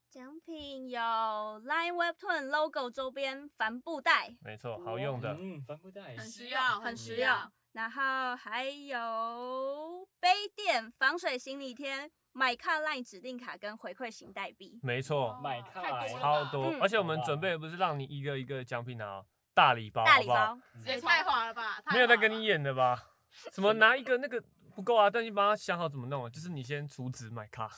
奖品有 Line Webtoon logo 周边帆布袋，没错，好用的。嗯，帆布袋很需哦要，很需要。然后还有杯垫、防水行李贴、买卡 Line 指定卡跟回馈型代币。没错，买太多了超多，嗯而且我们准备的不是让你一个一个奖品拿哦，大礼包，大好礼不好？包，也太滑了吧！太没有在滑跟了你演的 吧？什么拿一个那个不够啊？但你帮他想好怎么弄，啊就是你先储值买 卡，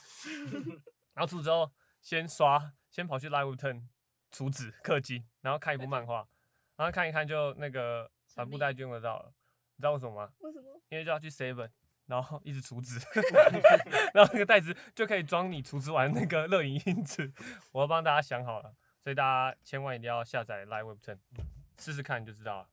然后储值之后先刷，先跑去 Live Turn 储值氪金，然后看一部漫画，然后看一看就那个帆布袋就用得到了。你知道为什么吗？为什么？因为就要去 Seven，然后一直储值， 然后那个袋子就可以装你储值完那个乐影因子。我要帮大家想好了，所以大家千万一定要下载 Live Web 10，试试看就知道了。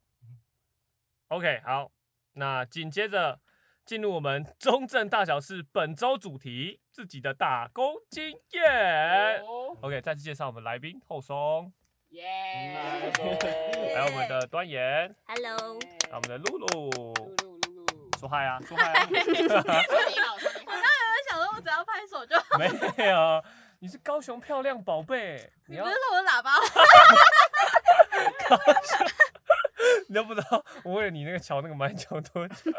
OK，好，那紧接着进入我们中正大小事本周主题——自己的打工经验。哦 OK，再次介绍我们来宾后松，耶！还有我们的端言， Hello，还有我们的露露，露露露露，说嗨啊，说嗨、啊。说你好，说你好。我想说，我只要拍手就好。 没有，你是高雄漂亮宝贝，你你要不是说我喇叭吗？你都不知道，我为了你那个桥那个蛮桥多久？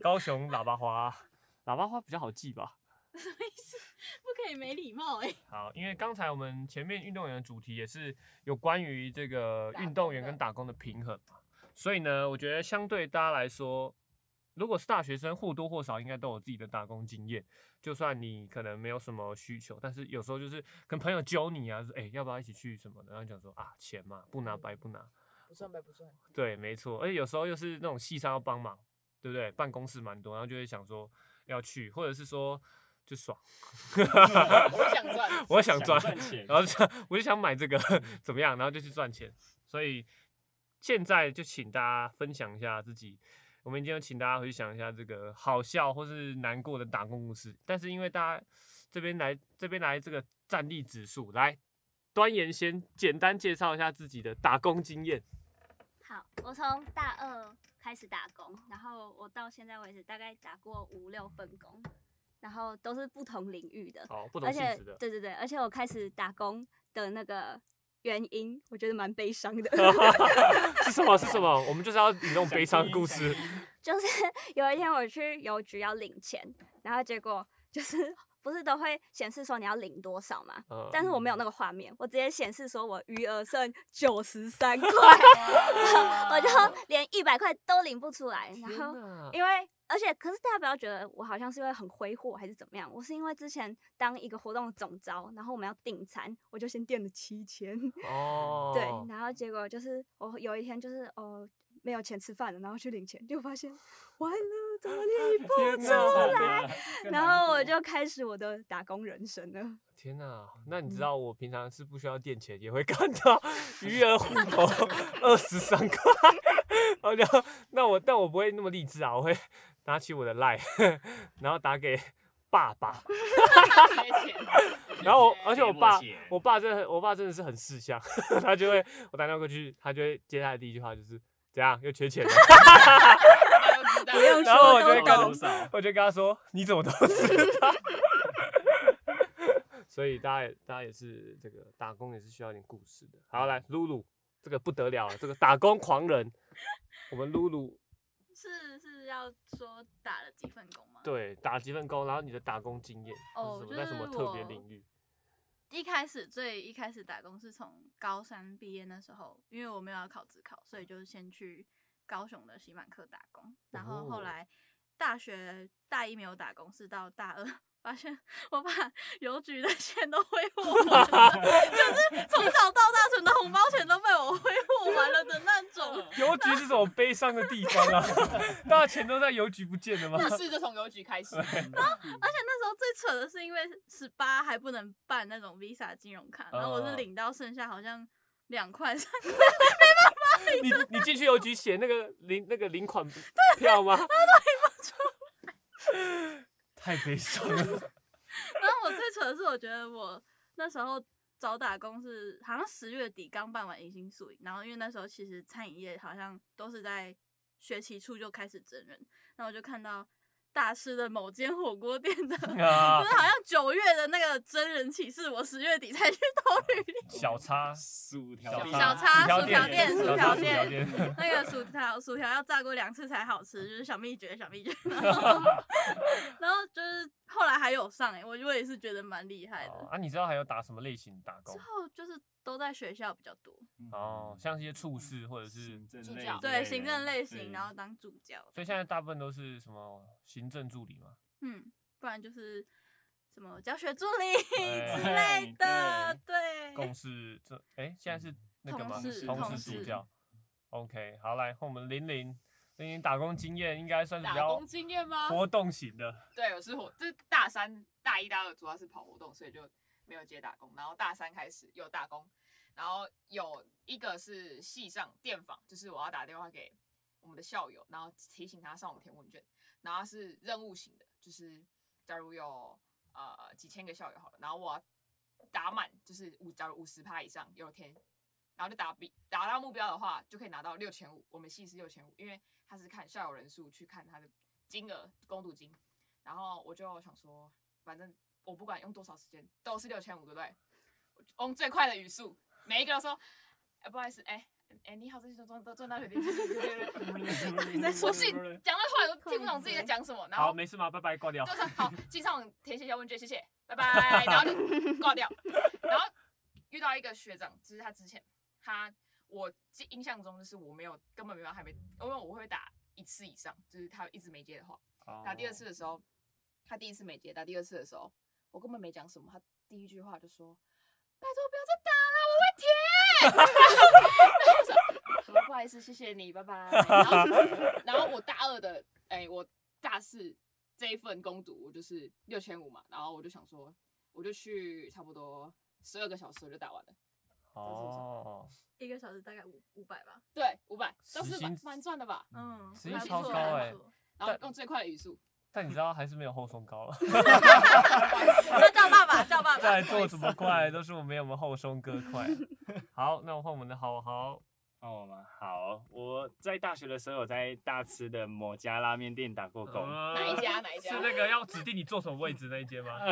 高雄喇叭花，喇叭花比较好记吧？不可以没礼貌欸哎、好，因为刚才我们前面运动员的主题也是有关于这个打工运动员跟的打工的平衡嘛，所以呢，我觉得相对大家来说，如果是大学生，或多或少应该都有自己的打工经验。就算你可能没有什么需求，但是有时候就是跟朋友揪你啊，说哎、要不要一起去什么的，然后你讲说啊钱嘛不拿白不拿，不算白不算。对，没错，而且有时候又是那种细商要帮忙，对不对？办公室蛮多，然后就会想说要去，或者是说就爽，我想 赚，我想赚，赚钱然后就想我就想买这个怎么样，然后就去赚钱。所以现在就请大家分享一下自己，我们今天请大家回去想一下这个好笑或是难过的打工故事。但是因为大家这边来这边来这个战力指数，来端言先简单介绍一下自己的打工经验。好，我从大二开始打工，然后我到现在为止大概打过五六份工，然后都是不同领域的，好，哦不同而性且质的。对对对，而且我开始打工的那个原因，我觉得蛮悲伤 的。是什么？是什么？我们就是要你那种悲伤的故事。就是 有一天我去邮局要领钱，然后结果就是 不是都会显示说你要领多少嘛？嗯但是我没有那个画面，我直接显示说我余额剩九十三块， 我就连一百块都领不出来。然后因为而且可是大家不要觉得我好像是因为很挥霍还是怎么样，我是因为之前当一个活动的总招，然后我们要订餐，我就先订了七千。哦，对，然后结果就是我有一天就是哦没有钱吃饭了，然后去领钱，就发现完了，怎么 你不天哪！然后我就开始我的打工人生了。天哪！那嗯你知道我平常是不需要垫钱，也会看到余额户 头二十三块，哦然后那我但我不会那么励志啊，我会拿起我的 line，然后打给爸爸， 然后我而且我爸贴我膜钱爸真的很我爸真的是很识相， 他就会我打电话过去，他就会接下来第一句话就是怎样又缺钱了， 不 用然后说我就都会懂干。我就跟他说你怎么都知道。 所以大家也大家也是这个打工也是需要一点故事的。好，来露露这个不得了了，这个打工狂人，我们露露是是要说打了几份工吗？对打几份工，然后你的打工经验哦是什么？就在是什么特别我 领域？一开始最一开始打工是从高三毕业那时候，因为我没有要考自考，所以就是先去高雄的喜满客打工，然后后来大学大一没有打工，是到大二发现我把邮局的钱都挥霍完了， 就是从小到大存的红包钱都被我挥霍完了的那种。邮局是什么悲伤的地方啊？ 大家钱都在邮局不见了吗？故事就从邮局开始。而且那时候最蠢的是，因为十八还不能办那种 Visa 金融卡，然后我是领到剩下好像两块三块，你你进去邮局写那个零那个领款票 吗？太悲伤了。然后我最扯的是，我觉得我那时候找打工是好像十月底刚办完迎新宿营，然后因为那时候其实餐饮业好像都是在学期初就开始整人，然后我就看到大师的某间火锅店的，就是 啊，好像九月的那个真人启事，我十月底才去投履历。小 叉，薯小叉条小叉薯条薯条店店小薯叉条薯店店那个薯条，薯条要炸过两次才好吃，就是小秘诀，小秘诀。 然后然后就是后来还有上哎、欸，我我也是觉得蛮厉害的。哦啊，你知道还有打什么类型打工之？后就是都在学校比较多，哦，像一些处事或者是嗯行，政助类教之对类嗯行的政类对型，然后当助教，嗯所以现在大部分都是什么行政助理嘛？嗯，不然就是什么教学助理之哎类的，对，共事这哎，现在是那个吗嗯同事？同同事助事教。OK，好，来换我们玲玲，玲玲打工经验应该算是比打较工经验吗？活动型的。 对，我是活，就是大三、大一、大二主要是跑活动，所以就没有接打工。然后大三开始有打工，然后有一个是系上电访，就是我要打电话给我们的校友，然后提醒他上网填问卷。然后是任务型的，就是假如有呃几千个校友好了，然后我要打满，就是五假如五十趴以上有填，然后就打比达到目标的话，就可以拿到六千五。我们系是六千五，因为他是看校友人数去看他的金额攻读金。然后我就想说，反正我不管用多少时间，都是六千五，对不对？我用最快的语速，每一个都说，哎、不好意思，哎、哎、你好，这是中中中大学弟，对对对，你在说信，讲那话我都听不懂自己在讲什么，然好，后没事嘛，拜拜，挂掉就。是好，记上网填写一下问卷，谢谢，拜拜，然后就挂掉。然后遇到一个学长，就是他之前他我记印象中就是我没有根本没有还没，因为我会打一次以上，就是他一直没接的话，哦打第二次的时候，他第一次没接，打第二次的时候，我根本没讲什么，他第一句话就说：“拜托不要再打了，我会填。”然后我说哦：“不好意思，谢谢你，拜拜。” 然后，然后我大二的，哎、我大四这一份攻读，我就是六千五嘛，然后我就想说，我就去差不多十二个小时我就打完了，哦，一个小时大概五五百吧，对，五百，都时是薪蛮蛮赚的吧？嗯，时薪还不超错高还欸不错然后但用最快的语速，但你知道还是没有后松 高了。那叫爸爸，叫爸 在爸，做怎么快，都是我没有我们后松哥 快。好，那我换我们的好好。哦吗？好，我在大学的时候有在大吃的某家拉面店打过嗯 工，哪一家哪一呃是家？嗯那个要指定你坐什么位置那一间吗？老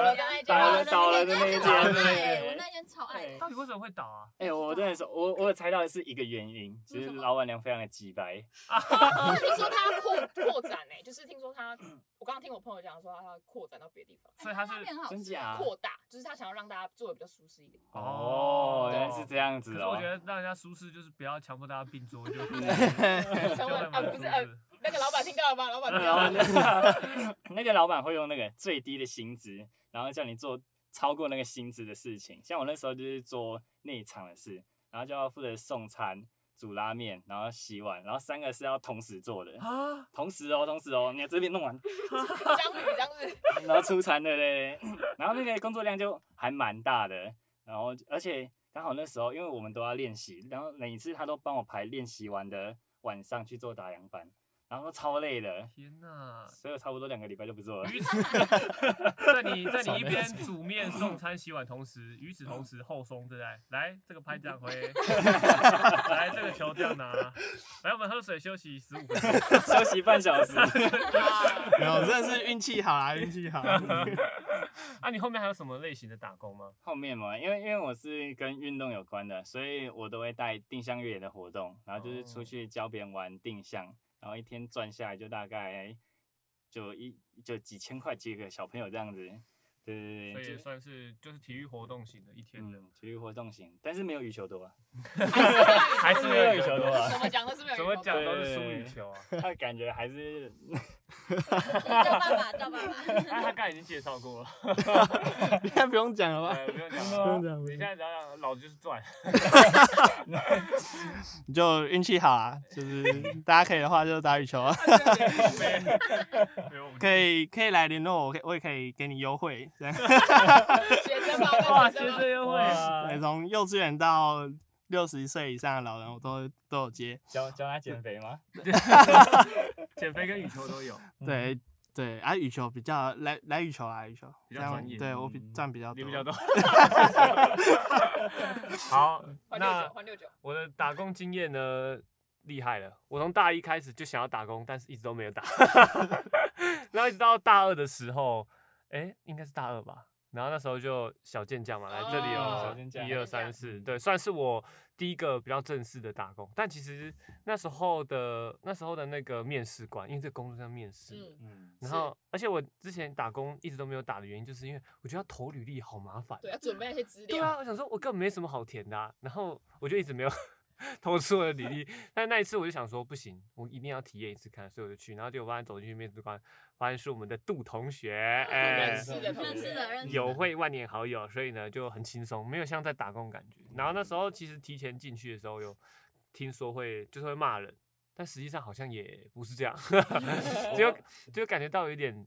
人的那一家哦倒吗了倒了的那一超爱家。欸，我那天超爱对的，到底为什么会倒啊？哎、我真的说，我我有猜到的是一个原因，就为是什么老板娘非常的鸡白。可是听说他扩扩展呢、就是听说他，嗯我刚刚听我朋友讲说他要扩展到别的地方，所以他是那哎面好真吃假啊扩大，就是他想要让大家做的比较舒 适一点。哦，原来是这样可子是哦。我觉得让人家舒适，就是不要强迫大家并桌， 就 就会成为啊蛮不舒是呃适。嗯那个老板听到了吗？老板听 到然后了。那那个老板会用那个最低的薪资，然后叫你做超过那个薪资的事情。像我那时候就是做内场的事，然后就要负责送餐，煮拉面，然后洗碗，然后三个是要同时做的，啊，同时哦，同时哦，你这边弄完，张宇，张宇，然后出餐的嘞，然后那个工作量就还蛮大的，然后而且刚好那时候因为我们都要练习，然后每一次他都帮我排练习完的晚上去做打烊班，然后超累的，天哪！所以我差不多两个礼拜就不做了。与此，在你在你一边煮面、送餐、洗碗同时，与此同时后松正在来这个拍这样挥， 来这个球这样拿，来我们喝水休息十五分 钟。休息半小时， 没有，真的是运气好 啊，运气好。啊，你后面还有什么类型的打工吗？后面嘛，因为因为我是跟运动有关的，所以我都会带定向越野的活动，然后就是出哦去教别人玩定向，然后一天赚下来就大概就一就几千块几个小朋友这样子，对对所对，以就也算是就是体育活动型的一天的，嗯体育活动型，但是没有羽球多啊，还是没有羽球多啊怎么讲都是没有。怎么讲对都是输羽球啊。 他感觉还是叫爸爸，叫爸爸。 他他刚才已经介绍过了，应该不用讲了吧？ 呃不用讲不了用。讲你现在了，讲讲，老子就是赚。你就运气好啊，就是大家可以的话就打羽 球啊，没有我们可以可以来联络我，我可以我也可以给你优惠， 这样学生报哇，告，学学生生优惠啊！对从幼稚园到六十岁以上的老人我都都有接，教教他减肥 吗？减肥跟羽球都有，对。对，啊，羽球比较来来羽球啊，羽球比较这样专业对我比嗯赚比较多，你比较多。 好，报告换六那九，换六九，我的打工经验呢，厉害了。我从大一开始就想要打工，但是一直都 没有打。然后一直到大二的时候，哎、应该是大二吧。然后那时候就小健将嘛，来这里哦小健将嗯哦，一二三四，对，算是我第一个比较正式的打工。但其实那时候的那时候的那个面试官，因为这个工作叫面试，嗯，嗯，然是后而且我之前打工一直都没有打的原因，就是因为我觉得要投履历好麻烦，对，要准备那些资对料。啊，我想说，我根本没什么好填的、啊，然后我就一直没有 投出我的履历。但那一次我就想说，不行，我一定要体验一次看，所以我就去，然后结果发现走进去面试官，发现是我们的杜同学，啊哎、认识的同认识学，的认识的。有会万年好友，所以呢就很轻松，没有像在打工感觉。然后那时候其实提前进去的时候有听说会就是会骂人，但实际上好像也不是这样，只有只有感觉到有一点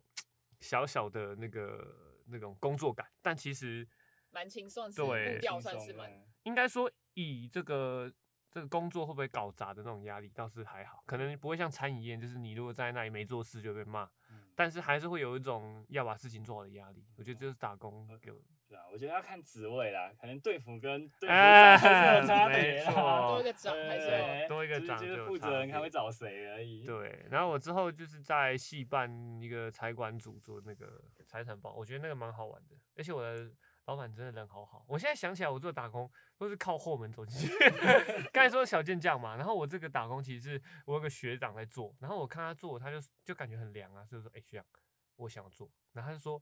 小小的那个那种工作感，但其实蛮轻松，是 对步调算是蛮。应该说以这个这个工作会不会搞砸的那种压力倒是还好，可能不会像餐饮业，就是你如果在那里没做事就被骂，嗯但是还是会有一种要把事情做好的压力。我觉得这是打工给我。对啊，我觉得要看职位啦，可能队服跟队服哎长就是有差别没错啦，多一个长还是有对多一个长就是就就是有负差责人看别会找谁而已。对，然后我之后就是在戏办一个财管组做那个财产报，我觉得那个蛮好玩的，而且我的老板真的人好好。我现在想起来，我做打工都是靠后门走进去。刚才说小健将嘛，然后我这个打工其实是我有个学长在做，然后我看他做，他就就感觉很凉啊，所以我说哎、学长，我想要做，然后他就说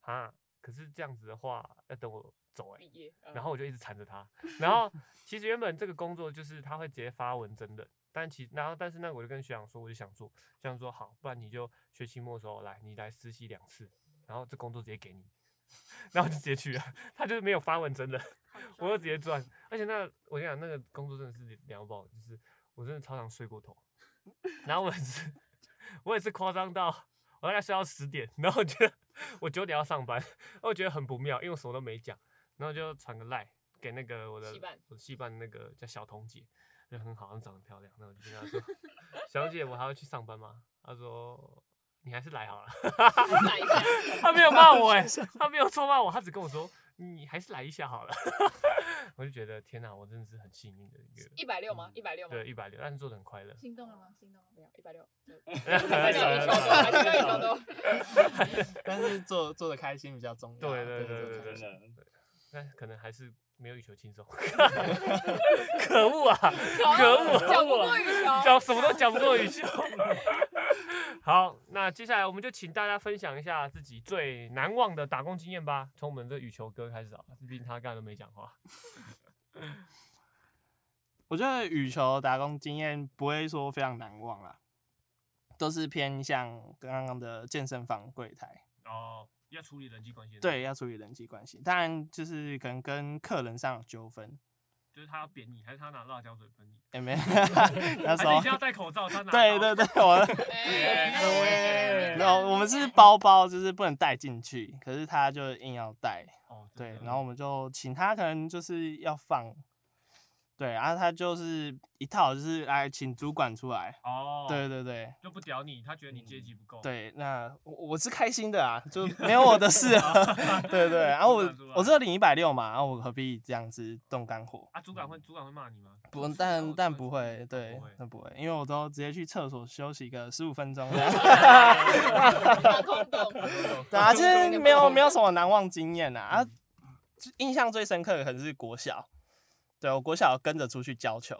啊，可是这样子的话要等我走哎、毕业，嗯然后我就一直缠着他。然后其实原本这个工作就是他会直接发文真的，但其然后但是那个我就跟学长说，我就想做，学长说好，不然你就学期末的时候来，你来实习两次，然后这工作直接给你， 然后就直接去了。他就是没有发文真的，我就直接赚。而且那我跟你讲，那个工作真的是聊爆，就是我真的超常睡过头，然后我也是 我也是夸张到。我大概睡到十点，然后我觉得我九点要上班，我觉得很不妙，因为我什么都没讲，然后就传个赖给那个我的戏办我的戏办那个叫小彤姐，人很好，长得漂亮，那我就跟她说， 小姐，我还要去上班吗？她说你还是来好了，来一下，她没有骂我哎、她没有臭骂我，她只跟我说你还是来一下好了， 我就觉得天哪，我真的是很幸运的一个。一百六吗？一百六嗯吗？对，一百六，但是做的很快乐心动了吗？心动了。没有，一百六，还还是是没没有有一一球球多，多还还是没有是没有一一球球多。但是做做的开心比较重要啊。对对对对对真的。但可能还是没有羽球轻 松。 可恶啊！可恶！讲不过羽球，讲什么都讲不过羽球。 好，那接下来我们就请大家分享一下自己最难忘的打工经验吧。从我们的羽球哥开始好了，毕竟他刚才都没讲话。我觉得羽球打工经验不会说非常难忘啦，都是偏向刚刚的健身房柜台，哦，要处理人际关系。，对，，要处理人际关系，当然就是可能跟客人上有纠纷，就是他要扁你，还是他拿辣椒水喷你？哎、没，那还时是你候现在要戴口罩，他拿对对对，我哎很危险没有，我们是包包，就是不能带进去，可是他就硬要带，哦，真对的，然后我们就请他，可能就是要放，对，然后他就是一套，就是来请主管出来，哦，对，对对就不屌你，他觉得你阶级不够，，对，那我我是开心的啊， 就没有我的事啊， 对对，然后哦主管我出来我只有领一百六嘛，然后我何必这样子动肝火？啊，主管会主管会骂你吗？不，哦但但不会，对不会，那不会，因为我都直接去厕所休息个十五分钟这样。 空洞。对啊，就是没有没有什么难忘经验呐、啊。嗯就印象最深刻的可能是国小，对我国小跟着出去教球，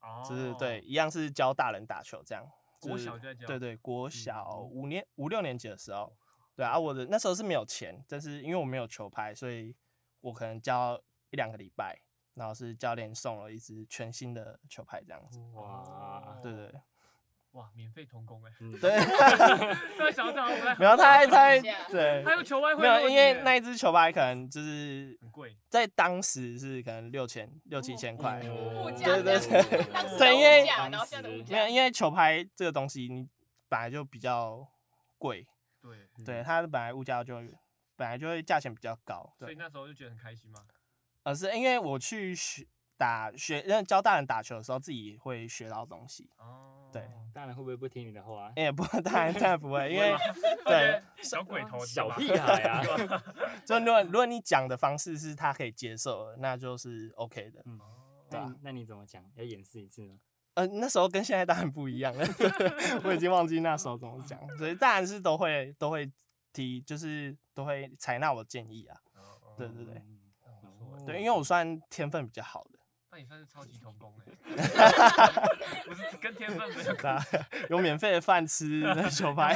哦，就是对，，一样是教大人打球这样。国是小就在教嗯对对，国小五年五六年级的时候，对啊，我的那时候是没有钱，但是因为我没有球拍，所以我可能教一两个礼拜，然后是教练送了一支全新的球拍这样子。哇，哦嗯对对对哇，免费童工哎， 嗯，对，突然想到这样，我还没有他还他还一下对还有球外汇没的问有，题因耶，为那一支球拍可能就是很贵，在当时是可能六千六哦七千块，嗯嗯物价对对这对样，子当时对的因为物价，然后现在的物没有，价，因为球拍这个东西你本来就比较贵，对，对它本来物价就本来就会价钱比较高，所以对，那时候就觉得很开心嘛，而是因为我去学打学，那教大人打球的时候自己会学到东西，哦，对大人会不会不听你的话？也不当然当然不会，因为对 对，，小鬼头， 小 对吧屁孩 啊！就如果如果你讲的方式是他可以接受的，那就是 OK 的，嗯，那对啊你那你怎么讲？要演示一次吗？呃，那时候跟现在当然不一 样了，我已经忘记那时候怎么讲，所以当然是都会都会提，就是都会采纳我建议啊。哦对对对嗯， 哦不错对，因为我算天分比较好的， 那你算是超级童工哎， 不是跟天分没有对啊有免费的饭吃，那 球拍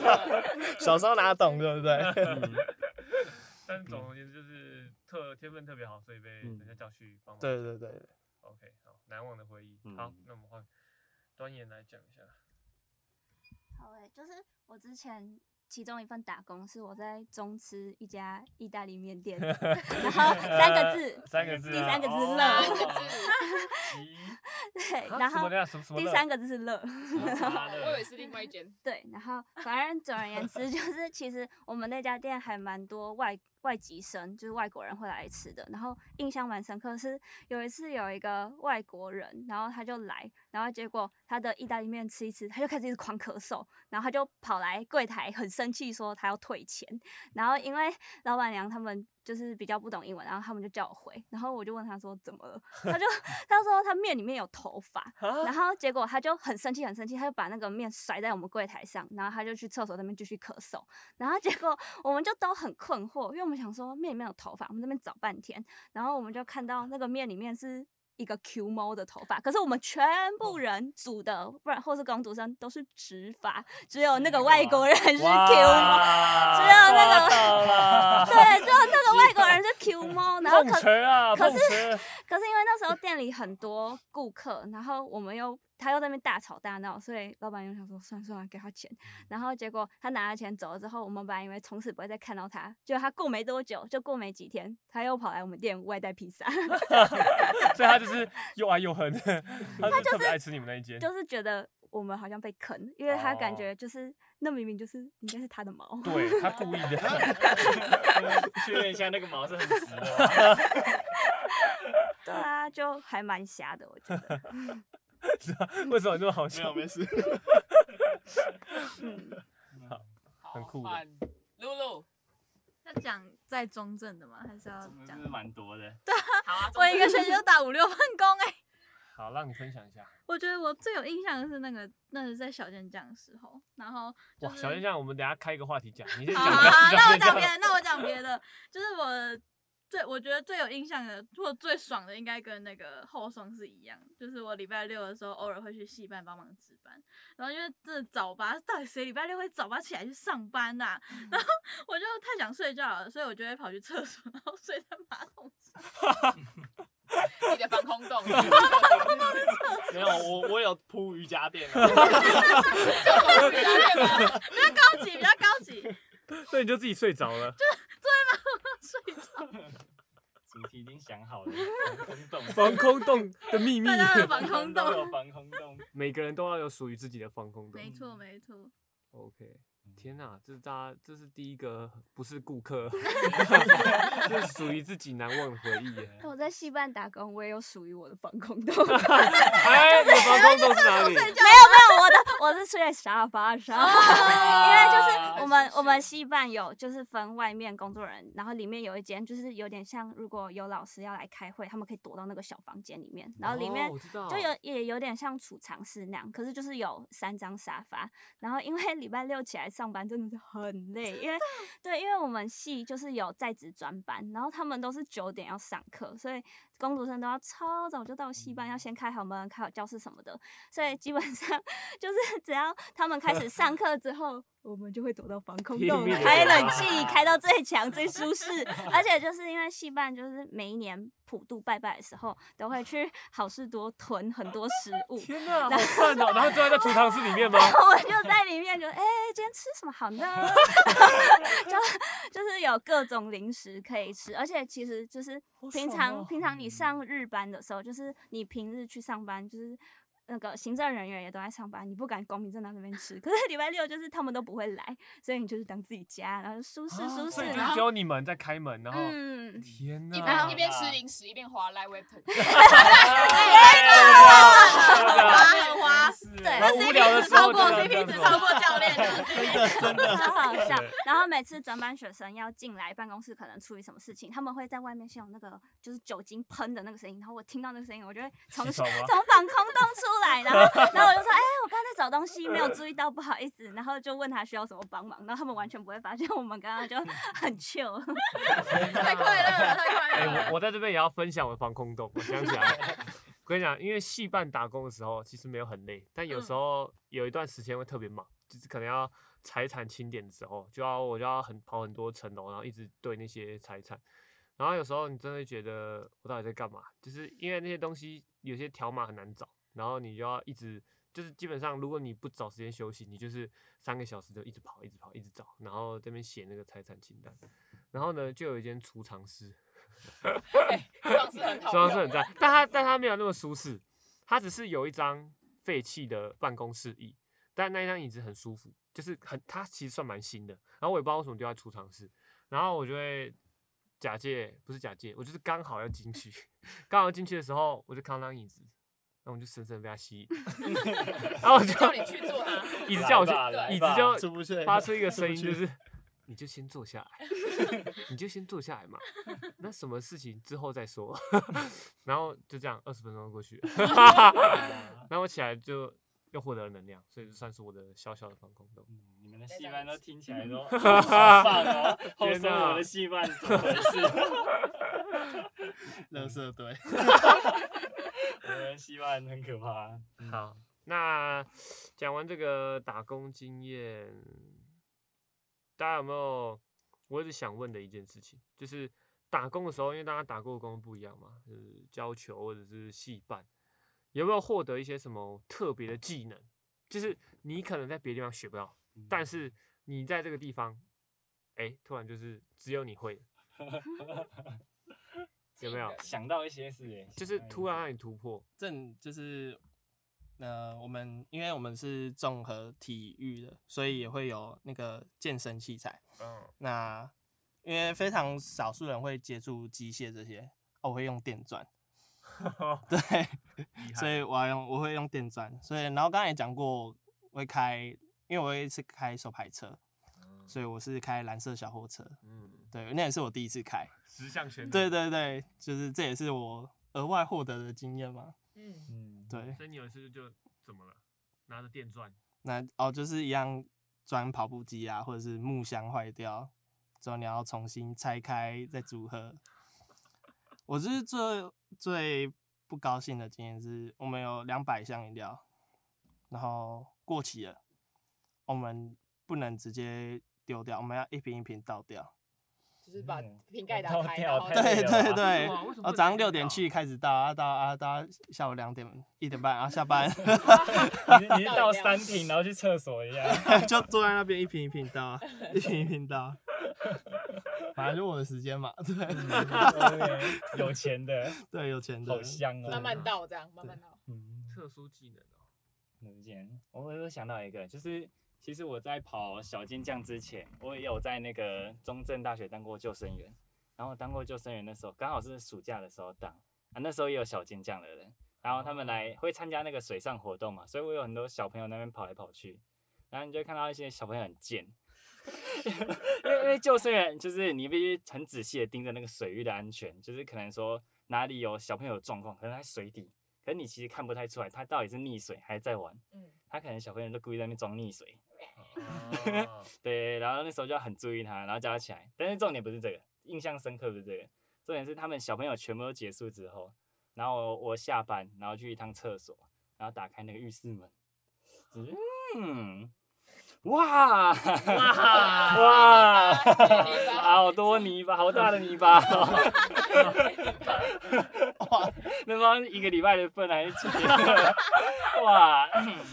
小时候哪懂，对不 对？但总而言之就是特天分特别好，所以被人家叫去帮忙。对对对， ，OK，好，难忘的回忆。好嗯，那我们换端言来讲一下。好诶、就是我之前其中一份打工是我在中吃一家意大利面店，然后三个字三个字啊，第三个字哦乐，三个字，对，啊然什么后等一下什么什么第乐三个字是乐，我以为是另外一间。对，然后反正总而言之， 就是其实我们那家店还蛮多外外籍生，就是外国人会来吃的。然后印象蛮深刻是有一次有一个外国人，然后他就来，然后结果他的意大利面吃一吃，他就开始一直狂咳嗽，然后他就跑来柜台很生气说他要退钱。然后因为老板娘他们就是比较不懂英文，然后他们就叫我回，然后我就问他说怎么了，他就 他说他面里面有头发，然后结果他就很生气，很生气，他就把那个面甩在我们柜台上，然后他就去厕所那边继续咳嗽，然后结果我们就都很困惑，因为我们想说面里面有头发，我们这边找半天，然后我们就看到那个面里面是。一个 Q 猫的头发，可是我们全部人组的，不然或是工读生都是直发，只有那个外国人是 Q 猫，只有那个 个 对，就那个外国人是 Q 猫，然后碰可瓷啊，可碰是瓷，可是因为那时候店里很多顾客，然后我们又他又在那边大吵大闹，所以老板又想说算了算了，给他钱。然后结果他拿了钱走了之后，我们本来以为从此不会再看到他，结果他过没多久，就过没几天，他又跑来我们店外带披萨， 所以他就是又爱又 恨，他就特别爱吃你们那一间。就是觉得我们好像被坑，因为他感觉就是、那明明就是应该是他的毛。对他故意的， 确认一下那个毛是很直的。对啊，就还蛮瞎的，我觉得。为什么这么好笑？没事。很酷的好换露露，要讲在中正的吗？还是要真的讲是？蛮多的，好啊，我一个学期就打五六份工哎、好，让你分享一下。 我觉得我最有印象的是那个，那是在小健将的时候，然后就哇，是小健这样，我们等一下开一个话题讲，你先好讲。啊好 好，那我讲不别要的，那我讲别的，就是我最我觉得最有印象的或最爽的，应该跟那个后松是一样，就是我礼拜六的时候偶尔会去戏班帮忙值班，然后因为真的早八，到底谁礼拜六会早八起来去上班呐、 然后我就太想睡觉了，所以我就会跑去厕所，然后睡在马桶上。 你的防空 洞，没有，我我有铺瑜伽垫、啊比较高级，比较高级，那你就自己睡着了。睡着。主题已经想好了，空洞， 防空洞的秘密大，家啊的防空都洞有。防空 洞，每个人都要有属于自己的防空洞。没错，没 错。 OK，天哪，这是大家，这是第一个不是顾客，这是属于自己难忘的回忆耶。我在戏班打工，我也有属于我的防空洞。 哎，你的防空洞是哪里？没有我的，我是睡在沙发上， 因为就是我们我们戏办有就是分外面工作人员，然后里面有一间就是有点像，如果有老师要来开会，他们可以躲到那个小房间里面，然后里面哦我知道就有也有点像储藏室那样，可是就是有三张沙发。然后因为 礼拜六起来上班真的是很累，因为对，因为我们系就是有在职专班，然后他们都是九点要上课，所以工读生都要超早就到戏班，要先嗯开好门、开好教室什么的。所以基本上 就是只要他们开始上课之后，我们就会躲到防空拼洞，命地啊开冷躲气，开到最强、最舒适。而且就是因为戏办，就是每一年普渡拜拜的时候，都会去好事多囤很多食物。天哪，好赞哦！然后就在那储藏室里面吗？然 后我就在里面就哎、今天吃什么 好呢？ 就就是有各种零食可以吃，而且其实就是平哦常、平常嗯你上日班的时候，就是你平日去上班，就是那个行政人员也都在上班，你不敢光明正大那边吃。可是礼拜六就是他们都不会来，所以你就是当自己家，然后舒适舒适，啊所以就然是只后有你们在开门，然后嗯，天一哪边一，边吃零食一边滑 Live Webton，花花，对啊然。后无聊的时候就超过这样 CP 子值哦超过教练 的，超好笑。然后每次转班学生要进来办公室，可能处理什么事情，他们会在外面先有那个就是酒精喷的那个声音，然后我听到那个声音，我就会从洗 手从吗防空洞出来，然后然后我就说，哎、我刚才在找东西没有注意到，不好意思，然后就问他需要什么帮忙，然后他们完全不会发现我们刚刚就很 chill。太快乐了，太快乐哎，了。我我在这边也要分享我的防空洞，我想起来了。我跟你讲，因为戏办打工的时候其实没有很累，但有时候有一段时间会特别忙，就是可能要财产清点的时候，就要我就要很跑很多层楼，然后一直对那些财产。然后有时候你真的会觉得我到底在干嘛？就是因为那些东西有些条码很难找，然后你就要一直就是基本上如果你不找时间休息，你就是三个小时就一直跑，一直跑，一直找，然后这边写那个财产清单。然后呢，就有一间储藏室，方式很好装饰用很赞，但它但它没有那么舒适，它只是有一张废弃的办公室椅，但那一张椅子很舒服，就是很它其实算蛮新的。然后我也不知道为什么丢在储藏室，然后我就会假借不是假借，我就是刚好要进去，刚好进去的时候我就看到那张椅子，然后我就深深被它吸引， 然后我就叫你去做啊它，椅子叫我去来吧，椅来子吧就出不去发出一个声音，出不就去是你就先坐下来， 你就先坐下来嘛，那什么事情之后再说。 然后就这样，二十分钟过去了， 然后我起来就又获得了能量，所以就算是我的小小的防空洞。嗯你们的戏班都听起来都好棒 哦，后天生哪我的戏班怎么回事？ 垃圾 堆。我们的戏班很可怕。嗯好，那讲完这个打工经验，大家有没有？我一直想问的一件事情，就是打工的时候，因为大家打过的工不一样嘛，就是教球或者是戏办，有没有获得一些什么特别的技能？就是你可能在别的地方学不到，但是你在这个地方，哎、突然就是只有你会， 有没有？想到一些事耶，就是想到一些突然让你突破，正就是呃，我们因为我们是综合体育的，所以也会有那个健身器材。嗯，那因为非常少数人会接触机械这些，哦，我会用电钻， 对，所以我要用我会用电钻。所以然后刚才也讲过，我会开，因为我会是开手排车，所以我是开蓝色小货车，嗯，对，那也是我第一次开。十项全能对对对，就是这也是我额外获得的经验嘛。嗯，嗯，对，所以你有一次就怎么了？拿着电钻，那哦，就是一样装跑步机啊，或者是木箱坏掉之后，你要重新拆开再组合。我就是最最不高兴的经验是，我们有两百箱饮料，然后过期了，我们不能直接丢掉，我们要一瓶一瓶倒掉。就是把瓶盖打嗯都开，掉然后太累对了对吧对，哇为啊什么不我能哦早上直接六点倒去开始倒啊倒啊倒啊，下午两点一点半，然后下 班 你你是到三 品然后去 厕所一样，就坐在那边一瓶一瓶倒啊，一瓶一瓶倒啊。反正就我的时间嘛， 对嗯有钱的，对，有钱的，好香哦。对慢慢到这样，慢慢到。嗯，特殊技能哦，能见。我有想到一个，就是其实我在跑小健将之前，我也有在那个中正大学当过救生员，然后当过救生员的时候，刚好是暑假的时候当啊，那时候也有小健将的人，然后他们来会参加那个水上活动嘛，所以我有很多小朋友那边跑来跑去，然后你就会看到一些小朋友很贱。 因为因为救生员就是你必须很仔细的盯着那个水域的安全，就是可能说哪里有小朋友有状况，可能在水底，可是你其实看不太出来他到底是溺水还是在玩， 嗯，他可能小朋友都故意在那边装溺水，哦对，然后那时候就要很注意他，然后叫他起来。但是重点不是这个，印象深刻不是这个，重点是他们小朋友全部都结束之后，然后我我下班，然后去一趟厕所，然后打开那个浴室门，只是嗯，哇哇哇，泥巴好多泥巴，好大的泥巴、哦， 哇，那帮一个礼拜的份还是几天？哇，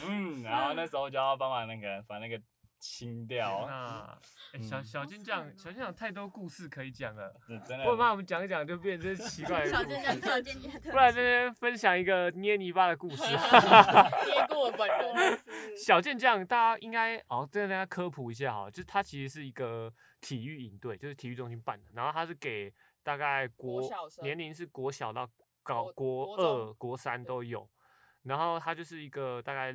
嗯，然后那时候就要帮忙那个把那个清掉。那欸小嗯小金讲，好小惨哦金讲太多故事可以讲了，嗯真的我很怕我们讲一讲就变成这些奇怪的小故健事，将，小健将，不然这边分享一个捏泥巴的故 事。贴过本人，小健将，大家应该哦，再跟大家科普一下哈，就是它其实是一个体育营队，就是体育中心办的，然后它是给大概国国小生年龄是国小到高国国国二、中国三都有，然后它就是一个大概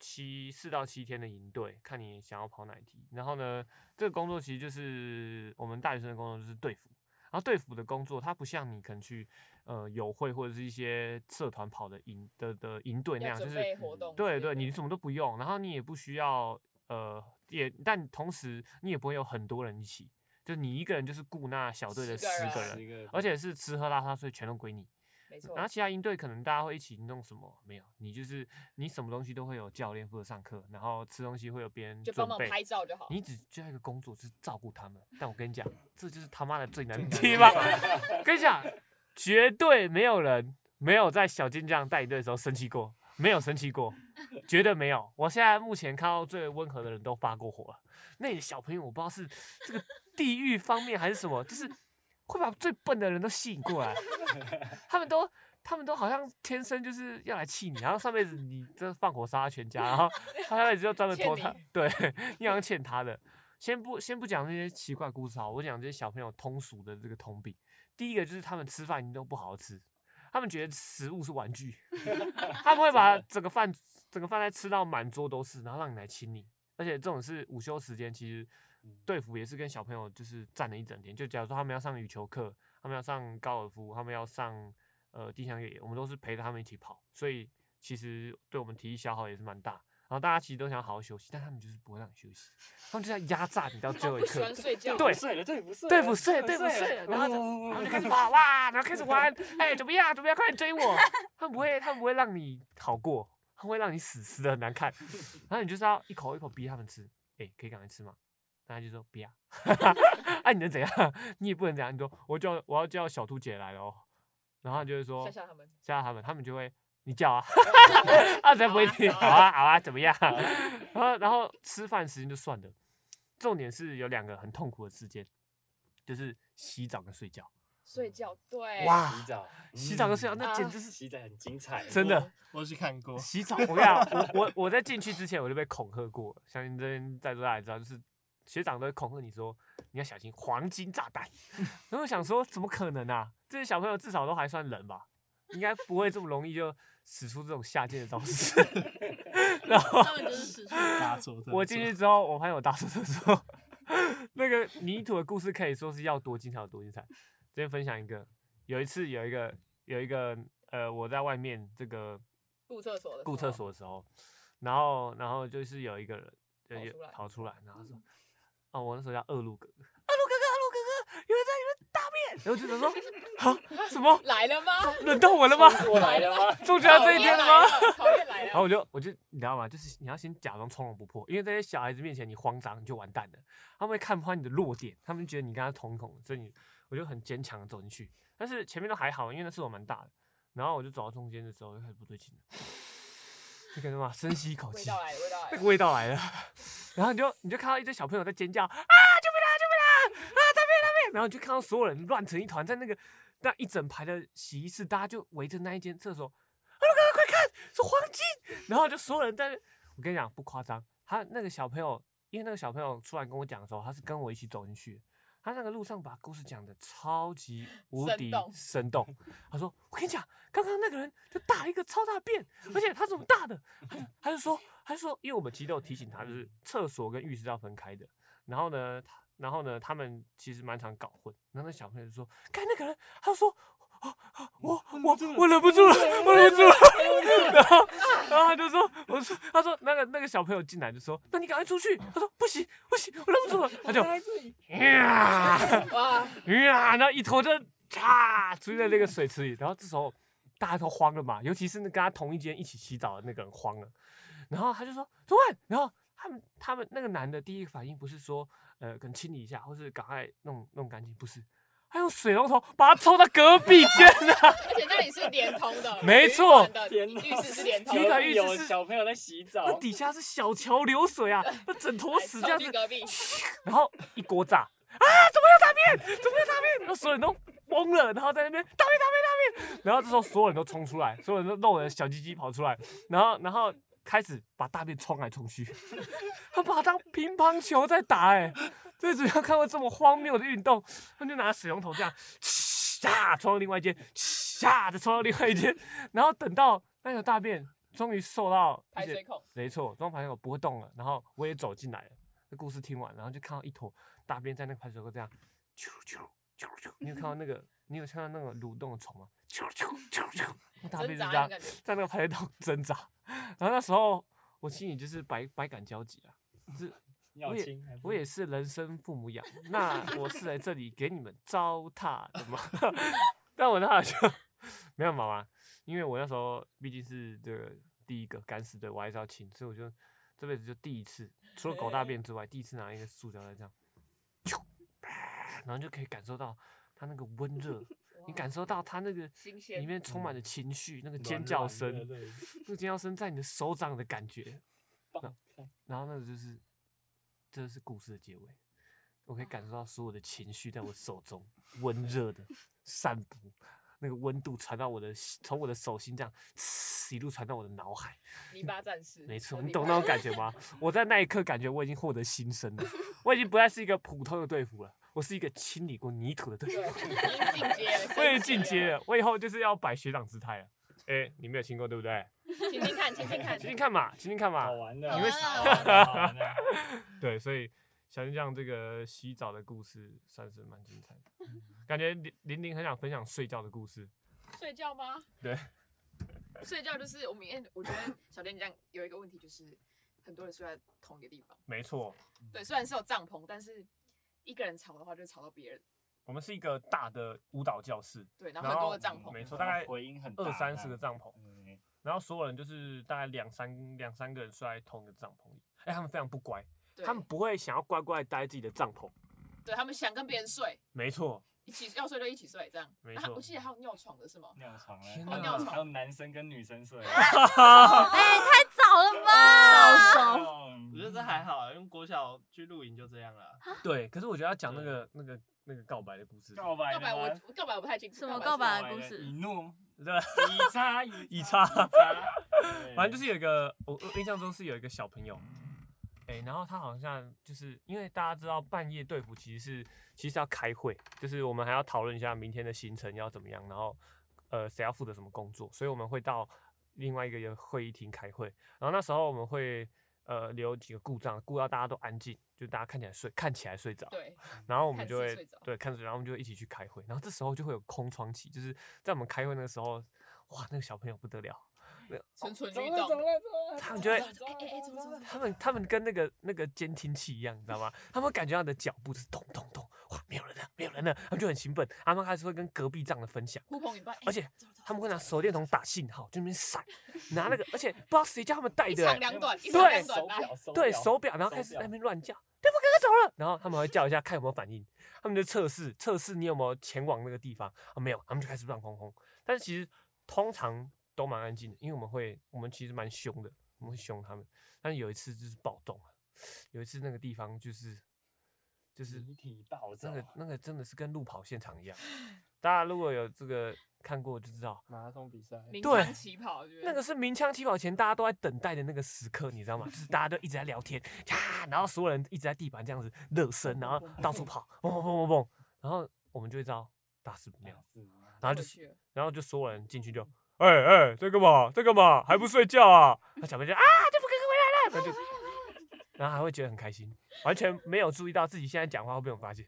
七四到七天的营队，看你想要跑哪一题。然后呢，这个工作其实就是我们大学生的工作，就是队服。然后队服的工作，它不像你可能去呃友会或者是一些社团跑的营的的营队那要样，就准是嗯备活动之类对的。对，你什么都不用，然后你也不需要呃，也但同时你也不会有很多人一起，就你一个人就是顾那小队的十个十个人人，个而且是吃喝拉撒睡全都归你。没错然。后其他营队可能大家会一起弄什么？没有，你就是你什么东西都会有教练负责上课，然后吃东西会有别人就准帮忙备。拍照就好。你只就要一个工作，就是照顾他们。但我跟你讲，这就是他妈的最难的地方。跟你讲，绝对没有人没有在小金这样带队的时候生气过，没有生气过，绝对没有。我现在目前看到最温和的人都发过火了。那里的小朋友，我不知道是这个地域方面还是什么，就是会把最笨的人都吸引过来。 他们都他们都好像天生就是要来气你，然后上辈子你这放火杀他全家，然后他上辈子就专门拖他 欠你，对你好像欠他的。先不先不讲那些奇怪故事好，我讲这些小朋友通俗的这个通病。第一个就是他们吃饭一定都不好好吃，他们觉得食物是玩具，他们会把整个饭整个饭菜吃到满桌都是，然后让你来亲你。而且这种是午休时间，其实队服也是跟小朋友就是站了一整天。就假如说他们要上羽球课，他们要上高尔夫，他们要上呃地向越野，我们都是陪着他们一起跑，所以其实对我们体力消耗也是蛮大。然后大家其实都想好好休息，但他们就是不会让你休息，他们就在压榨你到最他后一不喜刻欢。睡觉。对不睡了，对不睡了，对不睡，对对不睡，然后就哦然后就开始跑哇，然后开始玩，哎，怎么样，怎么样，快点追我！他们不会，他们不会让你好过，他们会让你死死的很难看，然后你就是要一口一口逼他们吃，哎，可以赶快吃吗？然后他就说不要， 啊，你能怎样？ 你也不能怎样。你说我叫我要叫小兔姐来了哦，然后他就会说吓吓他们。吓他们，他们就会你叫啊，啊才不会听，好啊好啊，怎么样？ 然后然后吃饭时间就算了，重点是有两个很痛苦的时间，就是洗澡跟睡觉。睡觉，对，哇，洗澡，洗澡跟睡觉嗯啊那简直是洗澡很精彩，真的。我去看过，洗澡，我跟你讲，我我我在进去之前我就被恐吓过了，相信这边在座大家也知道，就是学长都会恐吓你说你要小心黄金炸弹。然后我想说，怎么可能啊？这些小朋友至少都还算人吧，应该不会这么容易就使出这种下贱的招式。 然后他们就是使出搭错车。我进去之后，我发现我打错厕所。 那个泥土的故事可以说是要多精彩有多精彩。这边分享一个，有一次有一个有一个呃，我在外面这个顾厕所的时候顾厕所的时候，然后然后就是有一个人呃有跑出来跑出来，然后说，哦，我那时候叫二路哥哥，二路哥哥，二路哥哥，有人在里面大便，然后就想说，啊，什么来了吗？轮到我了吗？过来了 吗？终于到这一天讨厌了来吗？了？讨厌来然后了，我就我就你知道吗？就是你要先假装从容不迫，因为在这些小孩子面前你慌张你就完蛋了，他们会看穿你的弱点，他们觉得你跟他同孔，所以你我就很坚强的走进去。但是前面都还好，因为那厕所蛮大的。然后我就走到中间的时候就开始不对劲了， 你感觉吗？深吸一口味气，道来了，味道来那个。味道来了了，然后你就你就看到一堆小朋友在尖叫啊，救命啊，救命啊，啊，大便大然后你就看到所有人乱成一团，在那个那一整排的洗衣室，大家就围着那一间厕所，啊，快看，快看，是黄金！然后就所有人在那，我跟你讲不夸张，他那个小朋友，因为那个小朋友出来跟我讲的时候，他是跟我一起走进去的，他那个路上把故事讲的超级无生敌动生动。他说：“我跟你讲，刚刚那个人就大了一个超大便，而且他怎么大的？”他就他就说，他就说，因为我们其实都有提醒他，就是厕所跟浴室要分开的。然后呢，他然后呢，他们其实蛮常搞混。然后那小朋友就说：“看那个人。”他就说。啊啊我我我忍不住了，我忍不住了， 然后然后他就说，我说他说那个那个小朋友进来就说，那你赶快出去，他说不行不行，我忍不住了，他就 呀哇，呀，然后一头就嚓追在那个水池里，然后这时候大家都慌了嘛，尤其是那跟他同一间一起洗澡的那个人慌了，然后他就说怎么办？然后他们他们那个男的第一个反应不是说呃可能清理一下，或是赶快弄弄干净，不是，他用水龙头把他抽到隔壁间啊，而且那里是连通的， 没错旅馆的天哪浴室是连通体育的，馆浴室有是小朋友在洗那澡，底下是小桥流水啊，那整坨屎这样冲子去隔壁，然后一锅炸啊！怎么有大便？怎么有大便？然后所有人都懵了，然后在那边大便大便大便，然后这时候所有人都冲出来，所有人都露着小鸡鸡跑出来，然后然后开始把大便冲来冲去，他把它当乒乓球在打哎、最主要看过这么荒谬的运动，他就拿水龙头这样，唰冲到另外一间，唰再冲到另外一间，然后等到那条大便终于受到一排些水孔，没错，装排水口不会动了，然后我也走进来了。这故事听完，然后就看到一坨大便在那个排水口这样，啾啾啾啾。你有看到那个？你有看到那个蠕动的虫吗？啾啾啾啾，那大便挣就扎那种这样 感觉。在那个排水桶挣扎。然后那时候我心里就是百百感交集啊，就是尿我也清还是我也是人生父母养，那我是来这里给你们糟蹋的嘛。 但我那时候就没有妈妈，因为我那时候毕竟是这个第一个敢死队，我还是要请，所以我就这辈子就第一次，除了狗大便之外，第一次拿一个塑胶袋这样，啾啪然后就可以感受到它那个 温热，你感受到它那个新鲜里面充满了情绪，那个暖尖叫暖声，热热的那个尖叫声在你的手掌的感觉，棒棒然后那个就是，这是故事的结尾，我可以感受到所有的情绪在我手中温热的散布，那个温度传到我的心，从我的手心这样呲一路传到我的脑海。泥巴战士，没错，哦你泥懂巴那种感觉吗？我在那一刻感觉我已经获得新生了，我已经不再是一个普通的队服了，我是一个清理过泥土的队 对，服。已经进阶了，我已经进阶了，我以后就是要摆学长姿态了。哎、你没有听过对不对？升级了，听 听看，听听看，听听看嘛，听听看嘛好。玩的，好玩啊好玩好玩的，嗯对，所以小林酱这个洗澡的故事算是蛮精彩的，感觉林林林很想分享睡觉的故事。睡觉吗？对，睡觉就是我们，我觉得小店这样有一个问题就是，很多人睡在同一个地方。没错，对，虽然是有帐篷，但是一个人吵的话就会吵到别人。我们是一个大的舞蹈教室，对，然后很多个帐篷没，错大概回音很大二三十个帐篷，嗯然后所有人就是大概两三两三个人睡在同一个帐篷里。哎、他们非常不乖，对，他们不会想要乖乖地待在自己的帐篷。对他们想跟别人睡，没错，一起要睡就一起睡，这样。没然后错我记得还有尿床的是吗？尿床了，嗯天哪哦尿 床还有男生跟女生睡，哎，太早了吧？早手，我觉得这还好啊，因为国小去露营就这样啊了。对。可是我觉得要讲那个那个那个告白的故事， 告白告的白我吗我告白我不太清楚。什么是告白什么的故的事以怒 对，以差以以差差 以差，反正就是有一个，我我印象中是有一个小朋友，哎、然后他好像就是因为大家知道半夜队服其实是其实要开会，就是我们还要讨论一下明天的行程要怎么样，然后呃谁要负责什么工作，所以我们会到另外一个会议厅开会，然后那时候我们会呃留几个故障，顾到大家都安静，就大家看起来睡看起来睡着，对，然后我们看就似会睡着对看着，然后我们就一起去开会，然后这时候就会有空窗期，就是在我们开会那个时候，哇，那个小朋友不得了。蠢蠢欲动。他们就会哎哎哎，怎么怎么？他们他们跟那个那个监听器一样，你知道 吗？他们会感觉到你的脚步是咚咚咚，哇，没有人了，没有人了，他们就很兴奋，他们开始会跟隔壁这样的分享，呼朋引伴，哎而且走走走他们会拿手电筒打信号，就那边闪，拿那个，而且不知道谁叫他们带 一的、长欸，两短，一对长两手短哎来。表手对表手表，然后手开始在表那边乱叫，对方哥哥走了，然后他们会叫一下看有没有反应，他们就测试测试你有没有前往那个地方啊，没有，他们就开始乱轰轰，但是其实通常都蛮安静的，因为我们会我们其实蛮凶的，我们会凶他们，但是有一次就是暴动了，有一次那个地方就是就是集体暴走真的那个真的是跟路跑现场一样。大家如果有这个看过就知道，马拉松比赛，鸣对枪起跑，我觉得那个是鸣枪起跑前大家都在等待的那个时刻，你知道吗？就是大家都一直在聊天，啊，然后所有人一直在地板这样子热身，然后到处跑，蹦蹦蹦蹦蹦，然后我们就会知道大事不妙，然后就回是去了然后就所有人进去就，哎哎，在干嘛？在干嘛？还不睡觉啊？那小朋友就啊，这不哥哥回来了，然后就， 然后还会觉得很开心，完全没有注意到自己现在讲话会被我们发现。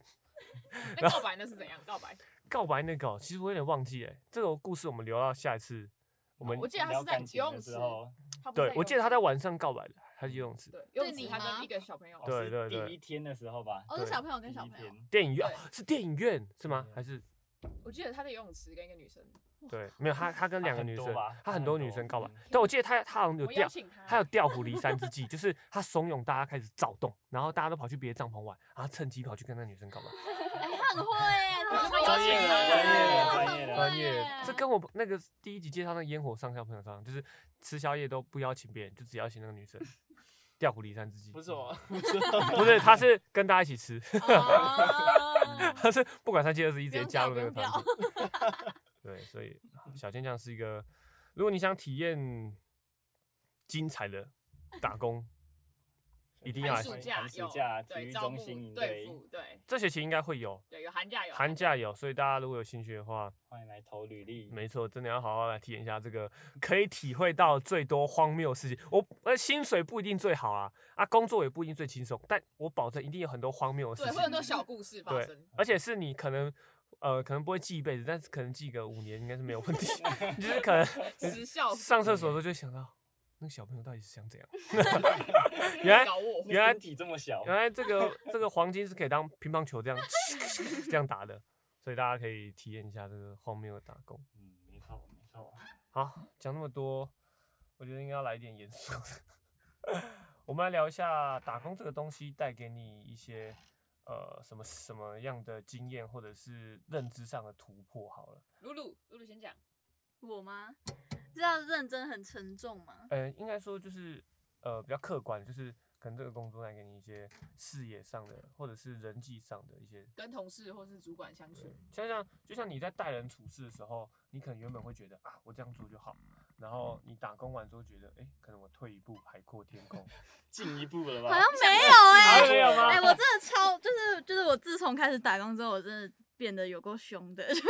那告白那是怎样？告白，告白那个哦，其实我有点忘记哎，这个故事我们留到下一次。我们我啊记得他聊是在感情游的泳池时，候，哦他不是对，哦我记得他在游泳晚上告白的，还是游泳池池，对，游泳对池你他吗跟一个小朋友，对是对对第一天的时候吧，哦，是对小朋友第跟小一朋友，天电影院、对哦、是电影院是吗？还是我记得他在游泳池跟一个女生，对，没有他他跟他两个很女多生吧，他他很很多女多生告白嗯，但我记得他他好像有我邀调，请他，他有调虎离山之计，就是他怂恿大家开始躁动，然后大家都跑去别的帐篷玩，然后趁机跑去跟那女生告白，哎，他很会耶，他很会专业了专业了他很专业了会专业耶，这跟我那个第一集介绍那个烟火上校朋友上，就是吃宵夜都不邀请别人，就只邀请那个女生，调虎离山之计，嗯不是我， 不是，他是跟大家一起吃，哦 他是不管三七二十一直不接用加跳入不那个用团跳体。对，所 以小健将是一个，如果你想体验精彩的打 工，一定要来寒体暑验。假寒有暑假体对育招中募心营对队，付对这学期应该会有，对有寒假有寒假有，所以大家如果有兴趣的话，欢迎来投履历。没错，真的要好好来体验一下这个，可以体会到最多荒谬的事情。我呃，薪水不一定最好啊，啊，工作也不一定最轻松，但我保证一定有很多荒谬的事对情。会有很多小故事发对生，，而且是你可能呃可能不会记一辈子，但是可能记个五年应该是没有 问题，就是可能时效上厕所的时候就会想到那个小朋友到底是想怎 样， 原来搞我，原来身体这么小，原来这个这个黄金是可以当乒乓球这样 这样打的，所以大家可以体验一下这个荒谬的打工。嗯，没错没错。好，讲那么多，我觉得应该要来一点严肃的。 我们来聊一下打工这个东西带给你一些呃什么什么样的经验，或者是认知上的突破。好了，露露露露先讲，我吗？这样认真很沉重吗？呃，应该说就是呃比较客观，就是可能这个工作带给你一些视野上的，或者是人际上的一些跟同事或是主管相处，像像就像你在待人处事的时候，你可能原本会觉得啊，我这样做就好，然后你打工完之后觉得，哎、可能我退一步海阔天空，进一步了吧？好像没有哎、啊没有吗哎、我真的超就是就是我自从开始打工之后，我真的变得有够凶的， 就是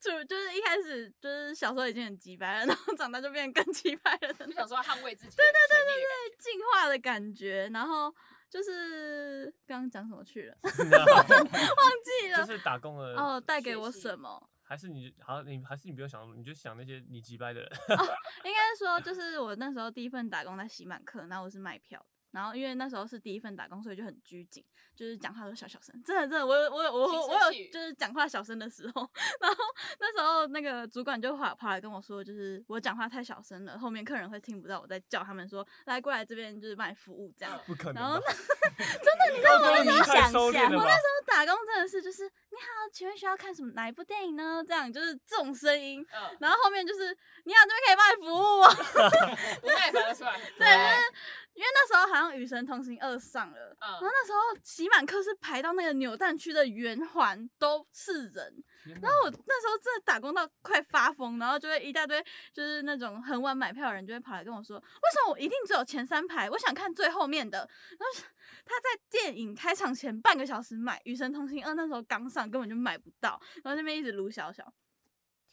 就就是一开始就是小时候已经很鸡掰了，然后长大就变得更鸡掰了的就那想种说要捍卫自己，对对对对进化的感觉。然后就是刚刚讲什么去 了，忘记这了。是打工的啊哦，带给学我习什么？还是你好，你还是你不用想，你就想那些你击败的人。 应该说，就是我那时候第一份打工在喜满客，然后我是卖票的。然后因为那时候是第一份打工，所以就很拘谨，就是讲话都小小声。真的真的，我有我有我有青我春期有就是讲话小声的时候， 然后那时候那个主管就跑跑来跟我说，就是我讲话太小声了，后面客人会听不到我在叫他们说来过来这边就是卖服务这样。不可然后吧？那 你知道我那时候太想收敛象了，吧？打工真的是就是你好，请问需要看什么哪一部电影呢？这样就是这种声音。嗯，然后后面就是你好，这边可以卖服务哦。嗯不耐烦的出来，对，就是因为那时候好像《与神同行二》上了，嗯然后那时候洗满客是排到那个扭蛋区的圆环都是人，然后我那时候真的打工到快发疯，然后就会一大堆就是那种很晚买票的人就会跑来跟我说，为什么我一定只有前三排？我想看最后面的。然后他在电影开场前半个小时买《与神同行二》，那时候刚上根本就买不到，然后那边一直撸小小。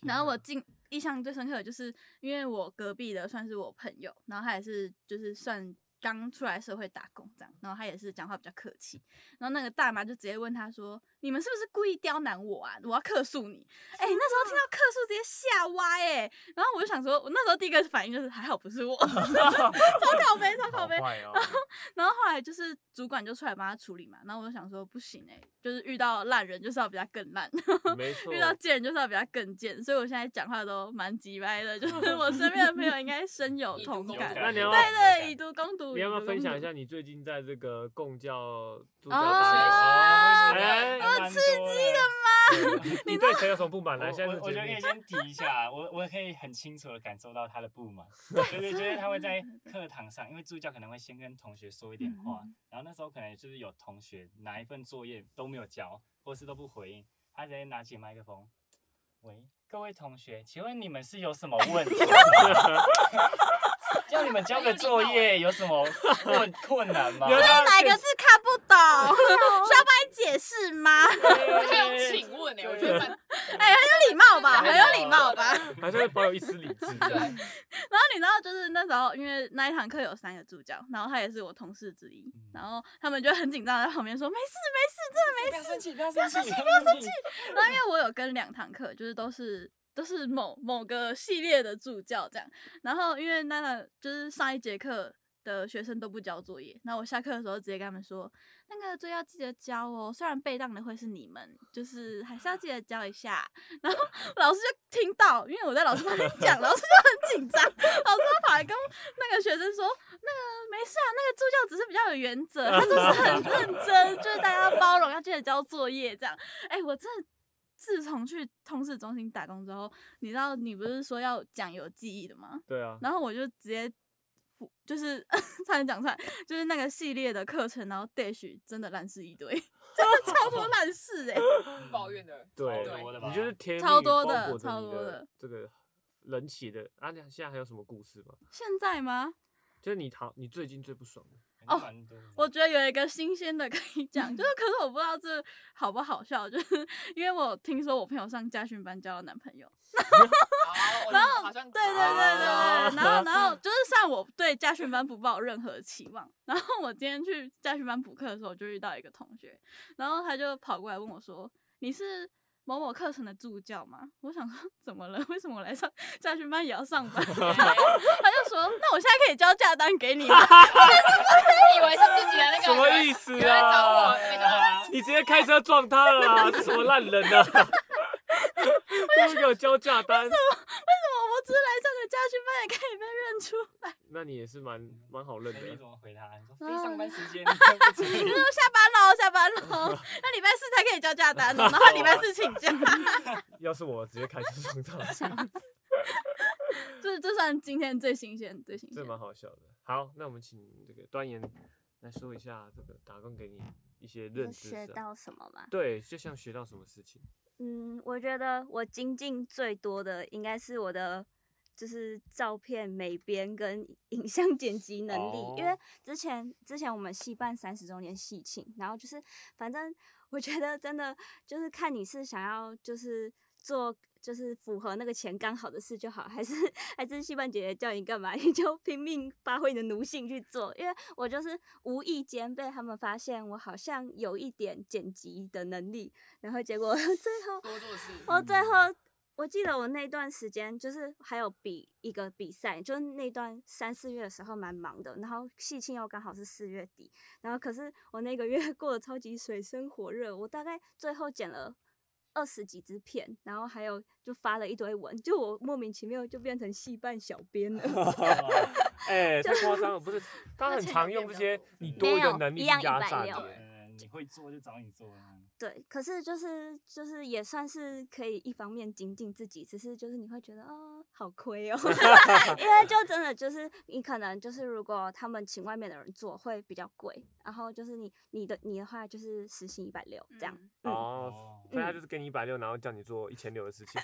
然后我进印象最深刻的就是，因为我隔壁的算是我朋友，然后他也是就是算刚出来社会打工这样，然后他也是讲话比较客气，然后那个大妈就直接问他说：“你们是不是故意刁难我啊？我要客诉你！”哎、那时候听到客诉直接吓歪哎、然后我就想说，我那时候第一个反应就是还好不是我， 超靠背，超靠好背，坏哦！然后后来就是主管就出来帮他处理嘛，然后我就想说不行哎、就是遇到烂人就是要比他更烂，没错 遇到贱人就是要比他更贱，所以我现在讲话都蛮急掰的，就是我身边的朋友应该深有同有感。那你要对对，以毒攻毒，啊你要不要以毒分攻享毒一？下你最近在这个共教助教哦大哦，哎我刺激的 你对谁有什么不满呢？我现在我是我觉得可以先提一下，我我可以很清楚的感受到他的不满，对对，就是他会在课堂上，因为助教可能会先跟同学说一点话，然后那时候可能就是有同学哪一份作业都没有交，或是都不回应，他直接拿起麦克风，喂，各位同学，请问你们是有什么问题吗？ 叫你们交个作欸业有什么困困难吗？有他哪个字看不懂？需要帮你解 释吗？我想请问呢、欸我觉得蛮哎、很有礼貌吧，很有礼貌吧。还是会保有一丝理智。 对，然后你知道，就是那时候，因为那一堂课有三个助教，然后他也是我同事之一，嗯然后他们就很紧张，在旁边说没事没事，真的没事。不要生气，不要生气，不要生气。然后因为我有跟两堂课，就是都是都是某某个系列的助教这样，然后因为那个就是上一节课的学生都不交作业，那我下课的时候直接跟他们说，那个作业要记得交哦，虽然被当的会是你们，就是还是要记得交一下。然后 老师就听到，因为我在老师旁边讲，老师就很紧张，老师就跑来跟那个学生说，那个没事啊，那个助教只是比较有原则，他就是很认真，就是大家包容，要记得交作业这样。哎、我真的哦自从去通识中心打工之后，你知道你不是说要讲有记忆的吗？对啊，然后我就直接不。就是 差点讲出来，就是那个系列的课程，然后 dash 真的烂事一堆， 真的超多烂事哎、抱怨的，对超多的，吧你就是甜蜜超多的包裹着超你多的的这个人气的啊！你现在还有什么故事吗？现在吗？就是你好，你最近最不爽 的，哦蛮多的我觉得有一个新鲜的可以讲，就是可是我不知道这好不好笑，就是因为我听说我朋友上家训班交了男朋友，然后好像哦对对对对对，然后然后就是像我对家训班不抱任何期望，然后我今天去家训班补课的时候，我就遇到一个同学，然后他就跑过来问我说：“你是某某课程的助教吗？”我想说 怎么了？为什么我来上家训班也要上班？然后他就说：“那我现在可以交假单给你吗？”以为是自己的那个什么意思有人找我啊？那个，嗯你直接开车撞他了啦！这什么烂人 啊！都没有交价单，我只是来上个家训班，也可以被认出来。那你也是蛮蛮好认所以你的怎。么回他？你说非上班时间，不注意你说下班喽，下班喽，那礼拜四才可以交假单哦，然后礼拜四请假。 要是我直接开车撞他，这这算今天最新鲜、最新鲜这。蛮好笑的。好，那我们请这个端言来说一下这个打工给你一些认有知学上。到什么吗？对，就像学到什么事情。嗯，我觉得我精进最多的应该是我的就是照片美编跟影像剪辑能力，因为哦之前之前我们系办三十周年系庆，然后就是反正我觉得真的就是看你是想要就是做。就是符合那个钱刚好的事就好，还是还是戏班姐姐叫你干嘛，你就拼命发挥你的奴性去做。因为我就是无意间被他们发现我好像有一点剪辑的能力，然后结果最后多做事。我最后，我记得我那段时间就是还有比一个比赛，就是那段三四月的时候蛮忙的，然后戏庆又刚好是四月底，然后可是我那个月 过得超级水深火热，我大概最后剪了。二十几支片，然后还有就发了一堆文，就我莫名其妙就变成戏办小编了， 哎、太夸张了，不是？他很常用这些你多余的能力去压榨没你有一样。呃你会做就找你做啊。对，可是就是就是也算是可以一方面精进自己，只是就是你会觉得哦好亏哦， 因为就真的就是你可能就是如果他们请外面的人做会比较贵，然后就是你你的你的话就是时薪一百六这样，哦，哦，所以他就是给你一百六，然后叫你做一千六的事情。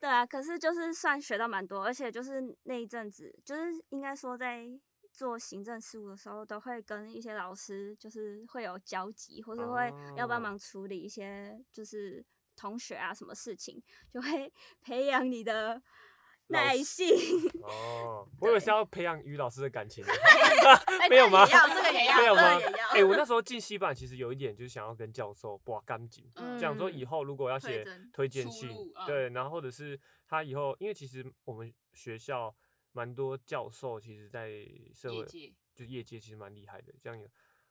对啊，可是就是算学到蛮多，而且就是那一阵子，就是应该说在做行政事务的时候，都会跟一些老师就是会有交集，或是会要帮哦忙处理一些就是同学啊什么事情，就会 培养你的老耐师性。 哦，我以为是要培养于老师的感情。哎没有吗这个也要，这个也要，没有吗这个也要哎、我那时候进戏班其实有一点就是想要跟教授哇干净，嗯讲说以后如果要推写甄推荐出信路，嗯对，然后或者是他以后，因为其实我们学校蛮多教授，其实在社业会界就业界其实蛮厉害的，像有。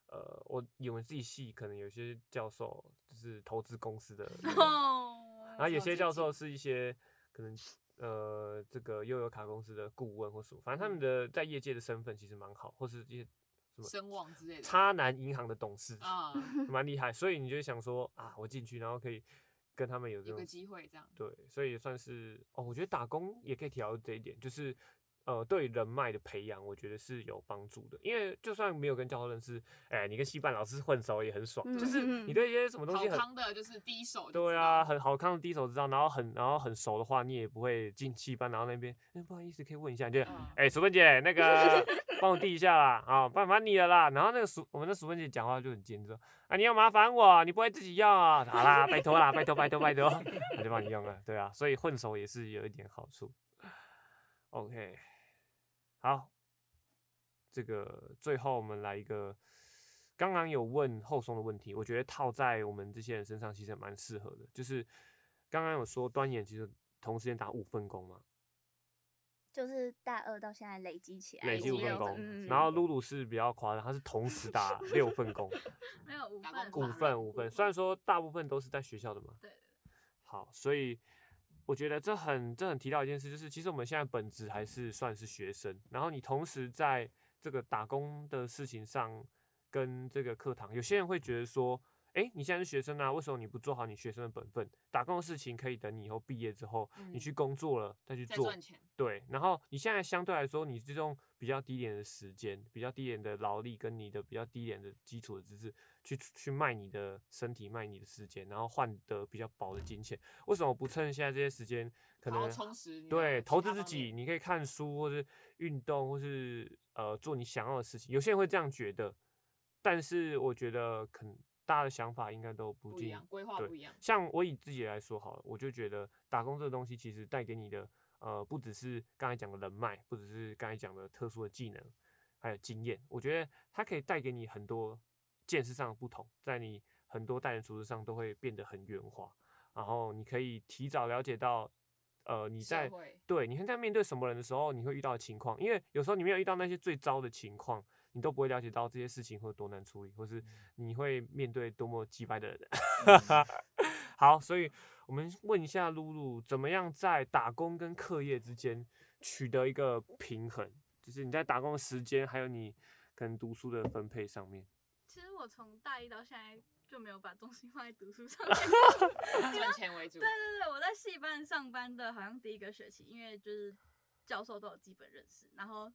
呃，我以为自己系可能有些教授就是投资公司的那种，哦然后有些这教种授经是一些可能呃嗯这个悠游卡公司的顾问或什么，反正他们的在业界的身份其实蛮好，或是一些什么声望之类的渣男银行的董嗯事，啊，蛮厉害。所以你就会想说啊，我进去然后可以跟他们有这有个种机会这样。对，所以也算是哦，我觉得打工也可以提到这一点，就是呃，对人脉的培养，我觉得是有帮助的。因为就算没有跟教授认识，哎、你跟戏班老师混熟也很爽，就是嗯嗯你嗯对一些什么东好西很康的就是第一手就知道，对啊，很好看的第一手知道，然后很然后很熟的话，你也不会进戏班，然后那边哎、不好意思，可以问一下，你就嗯哎、淑芬姐那 个帮我递一下啦，啊、麻烦你了啦。然后那个淑我们的淑芬姐讲话就很尖，就说啊你要麻烦我，你不会自己要啊，好啦，拜托啦，拜托拜托拜托，我就帮你用了，对啊，所以混熟也是有一点好处。OK，好，这个最后我们来一个，刚刚有问后松的问题，我觉得套在我们这些人身上其实也蛮适合的，就是刚刚有说端演其实同时间打五份工嘛，就是大二到现在累积起来，累积五份六工，份然后露露是比较夸张，她是同时打六份工，没有五打份工吧五份五份，虽然说大部分都是在学校的嘛，对对好，所以我觉得这很这很提到一件事，就是其实我们现在本质还是算是学生，然后你同时在这个打工的事情上跟这个课堂，有些人会觉得说，诶，你现在是学生啊，为什么你不做好你学生的本分？打工的事情可以等你以后毕业之后，你嗯去工作了再去在做赚，钱，对，然后你现在相对来说，你这种比较低廉的时间、比较低廉的劳力跟你的比较低廉的基础的知识，去去卖你的身体、卖你的时间，然后换得比较薄的金钱。为什么不趁现在这些时间，可好好能充实你的对其投他资自方己？面你可以看书，或是运动，或是呃做你想要的事情。有些人会这样觉得，但是我觉得可能大家的想法应该都不不一尽样，规划对不一样，像我以自己来说好了，我就觉得打工这个东西其实带给你的，呃，不只是刚才讲的人脉，不只是刚才讲的特殊的技能，还有经验。我觉得它可以带给你很多见识上的不同，在你很多待人处事上都会变得很圆滑，然后你可以提早了解到，呃，你社在会对，你会在面对什么人的时候，你会遇到的情况，因为有时候你没有遇到那些最糟的情况，你都不会了解到这些事情会有多难处理，或是你会面对多么击败的人。嗯 好，所以我们问一下露露，怎么样在打工跟课业之间取得一个平衡？就是你在打工的时间，还有你可能读书的分配上 面。其实我从大一到现在就没有把重心放在读书上面。赚钱为主对，对对，我在戏班上班的，好像第一个学期，因为就是教授都有基本认识，然后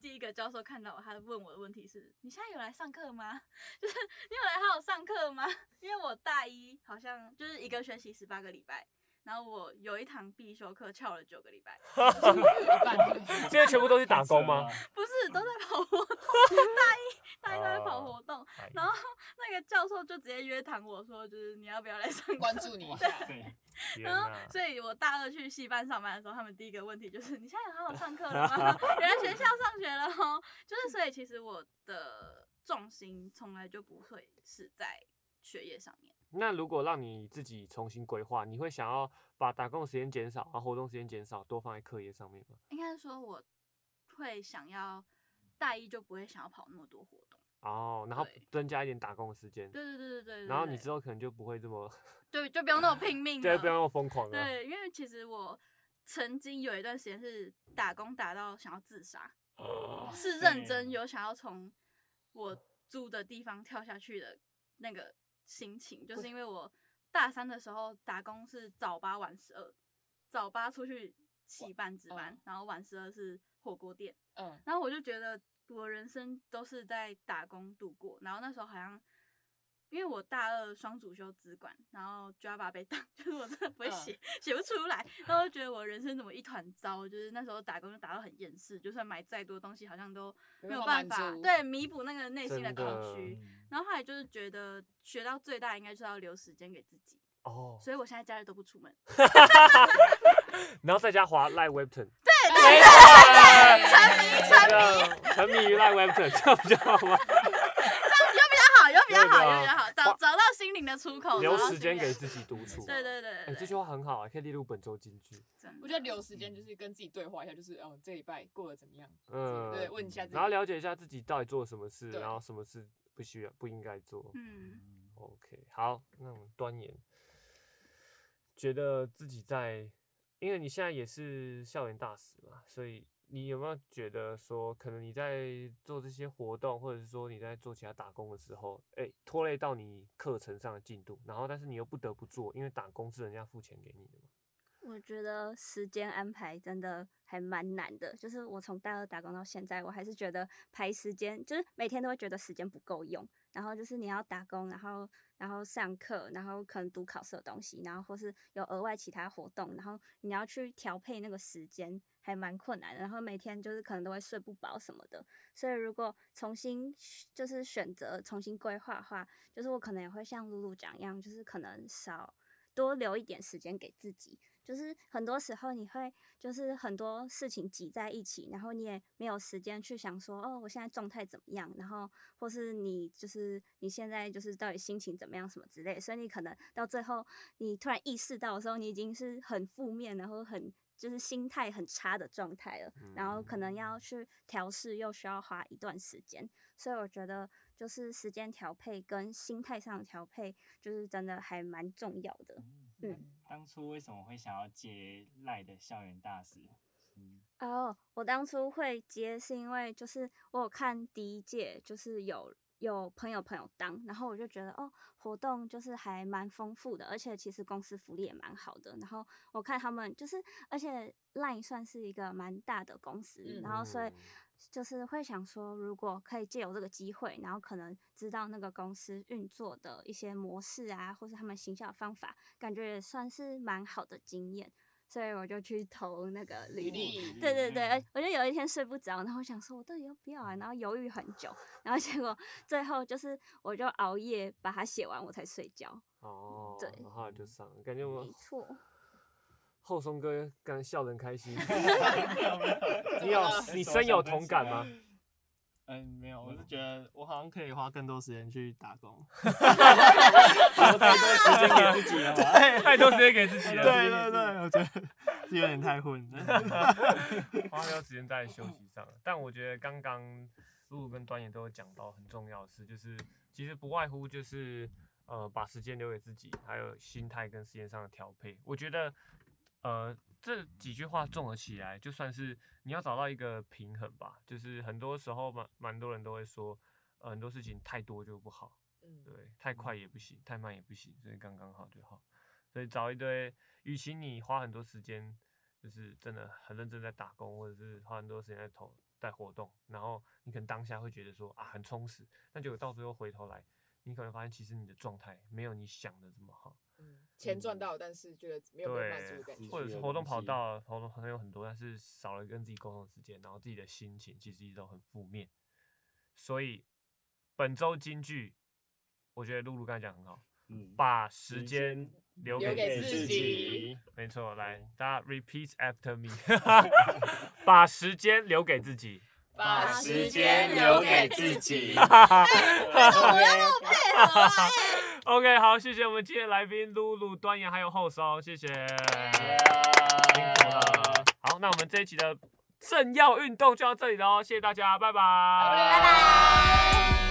第一个教授看到我，他问我的问题是：你现在有来上课吗？ 就是你有来好好上课吗？ 因为我大一好像就是一个学期十八个礼拜。然后我有一堂必修课翘了九个礼拜，一半这些全部都是打工吗？不是都在跑活动，大一大一都在跑哦活动，哎然后那个教授就直接约谈我说，就是你要不要来上课 关注你一下，对，天然后 哪，！所以我大二去戏班上班的时候，他们第一个问题就是：你现在有好好上课了吗？ 原来学校上学了哦。就是，所以其实我的重心从来就不会是在学业上面。那如果让你自己重新规划，你会想要把打工的时间减少，然后活动时间减少，多放在课业上面吗？应该是说，我会想要大一就不会想要跑那么多活动。哦，然后对增加一点打工的时间，对对对对对对。然后你对之后可能就不会这么，就就不用那么拼命对，了。不要那么疯狂了。对，因为其实我曾经有一段时间是打工打到想要自杀，哦啊是认真有想要从我住的地方跳下去的那个心情，就是因为我大三的时候打工是早八晚十二，早八出去戏班值班嗯，然后晚十二是火锅店，嗯，然后我就觉得我人生都是在打工度过，然后那时候好像。因为我大二双主修资管，然后 Java 被 当，就是我真的不会嗯写，写、不出来，然后就觉得我人生怎么一团糟，就是那时候打工就打到很厌世，就算买再多东西，好像都没有办没有办法法满足对弥补那个内心真的的空虚。然后后来就是觉得学到最大应该就是要留时间给自己，哦，所以我现在假日都不出门，然后在家滑赖 Webton，没迷沉迷于赖 Webton，这样比较好吗？那好，又比较对好，吧又比较好，找花找到心灵的出口，留找到时间心灵给的自己独处。对对对哎，对这对，句话很好啊，可以列入本周金句。真我的觉得留时间就是跟自己对话一下，就是哦，这礼拜过得怎么样？嗯，对，问一下自己。然后了解一下自己到底做了什么事，对然后什么事不需要、不应该做。嗯， OK，好，那我们端言，觉得自己在，因为你现在也是校园大使嘛，所以你有没有觉得说，可能你在做这些活动，或者是说你在做其他打工的时候，哎、拖累到你课程上的进度，然后但是你又不得不做，因为打工是人家付钱给你的嘛。我觉得时间安排真的还蛮难的，就是我从大二打工到现在，我还是觉得排时间，就是每天都会觉得时间不够用。然后就是你要打工，然后然后上课，然后可能读考试的东西，然后或是有额外其他活动，然后你要去调配那个时间，还蛮困难的。然后每天就是可能都会睡不饱什么的，所以如果重新就是选择重新规划的话，就是我可能也会像露露讲一样，就是可能少多留一点时间给自己。就是很多时候你会就是很多事情挤在一起，然后你也没有时间去想说哦，我现在状态怎么样，然后或是你就是你现在就是到底心情怎么样什么之类，所以你可能到最后你突然意识到的时候，你已经是很负面，然后很就是心态很差的状态了，然后可能要去调试，又需要花一段时间，所以我觉得就是时间调配跟心态上的调配，就是真的还蛮重要的。那嗯当初为什么会想要接赖的校园大使？嗯，哦我当初会接是因为就是我有看第一届，就是有有朋友朋友当，然后我就觉得哦，活动就是还蛮丰富的，而且其实公司福利也蛮好的。然后我看他们就是，而且 LINE 算是一个蛮大的公司，嗯然后所以就是会想说，如果可以借由这个机会，然后可能知道那个公司运作的一些模式啊，或是他们行销的方法，感觉也算是蛮好的经验。所以我就去投那个履历，对对嗯对，而我就有一天睡不着，然后我想说我到底要不要啊，然后犹豫很久，然后结果最后就是我就熬夜把它写完，我才睡觉。哦，对然后就嗯上了，感觉我没错， 后松哥刚才笑得很开 心，你没有有你深有同感啊吗？嗯，没有，我是觉得我好像可以花更多时间去打工，留太多时间给自己了哦 吗？太多时间给自己 对了，对对，我觉得 是有点太混了。 花掉时间在休息上。但我觉得刚刚露露跟端也都有讲到很重要的事，就是其实不外乎就是呃把时间留给自己，还有心态跟时间上的调配。我觉得呃这几句话综合起来，就算是你要找到一个平衡吧。就是很多时候蛮蛮多人都会说，呃很多事情太多就不好，嗯对，太快也不行，太慢也不行，所以刚刚好就好。所以找一堆，与其你花很多时间，就是真的很认真在打工，或者是花很多时间在投在活动，然后你可能当下会觉得说啊很充实，但结果到最后回头来，你可能发现其实你的状态没有你想的这么好。嗯，钱赚到，但是觉得没有被满足的感对觉。或或者者是是活活动动跑跑道道活动很有很多，但是少了跟自己沟通的时间，然后自己的心情其实一直都很负面。所以本周金句，我觉得露露刚才讲得很好，嗯，把时时间间留留给给自己没错，来对，大家 repeat after me，把时间留给自己。把时间留给自己。 OK，好，谢谢我们今天的来宾露露、端阳还有后烧，谢谢，辛 苦了。好，那我们这一哦期的政要运动就到这里喽，谢谢大家，拜拜，拜拜。拜拜。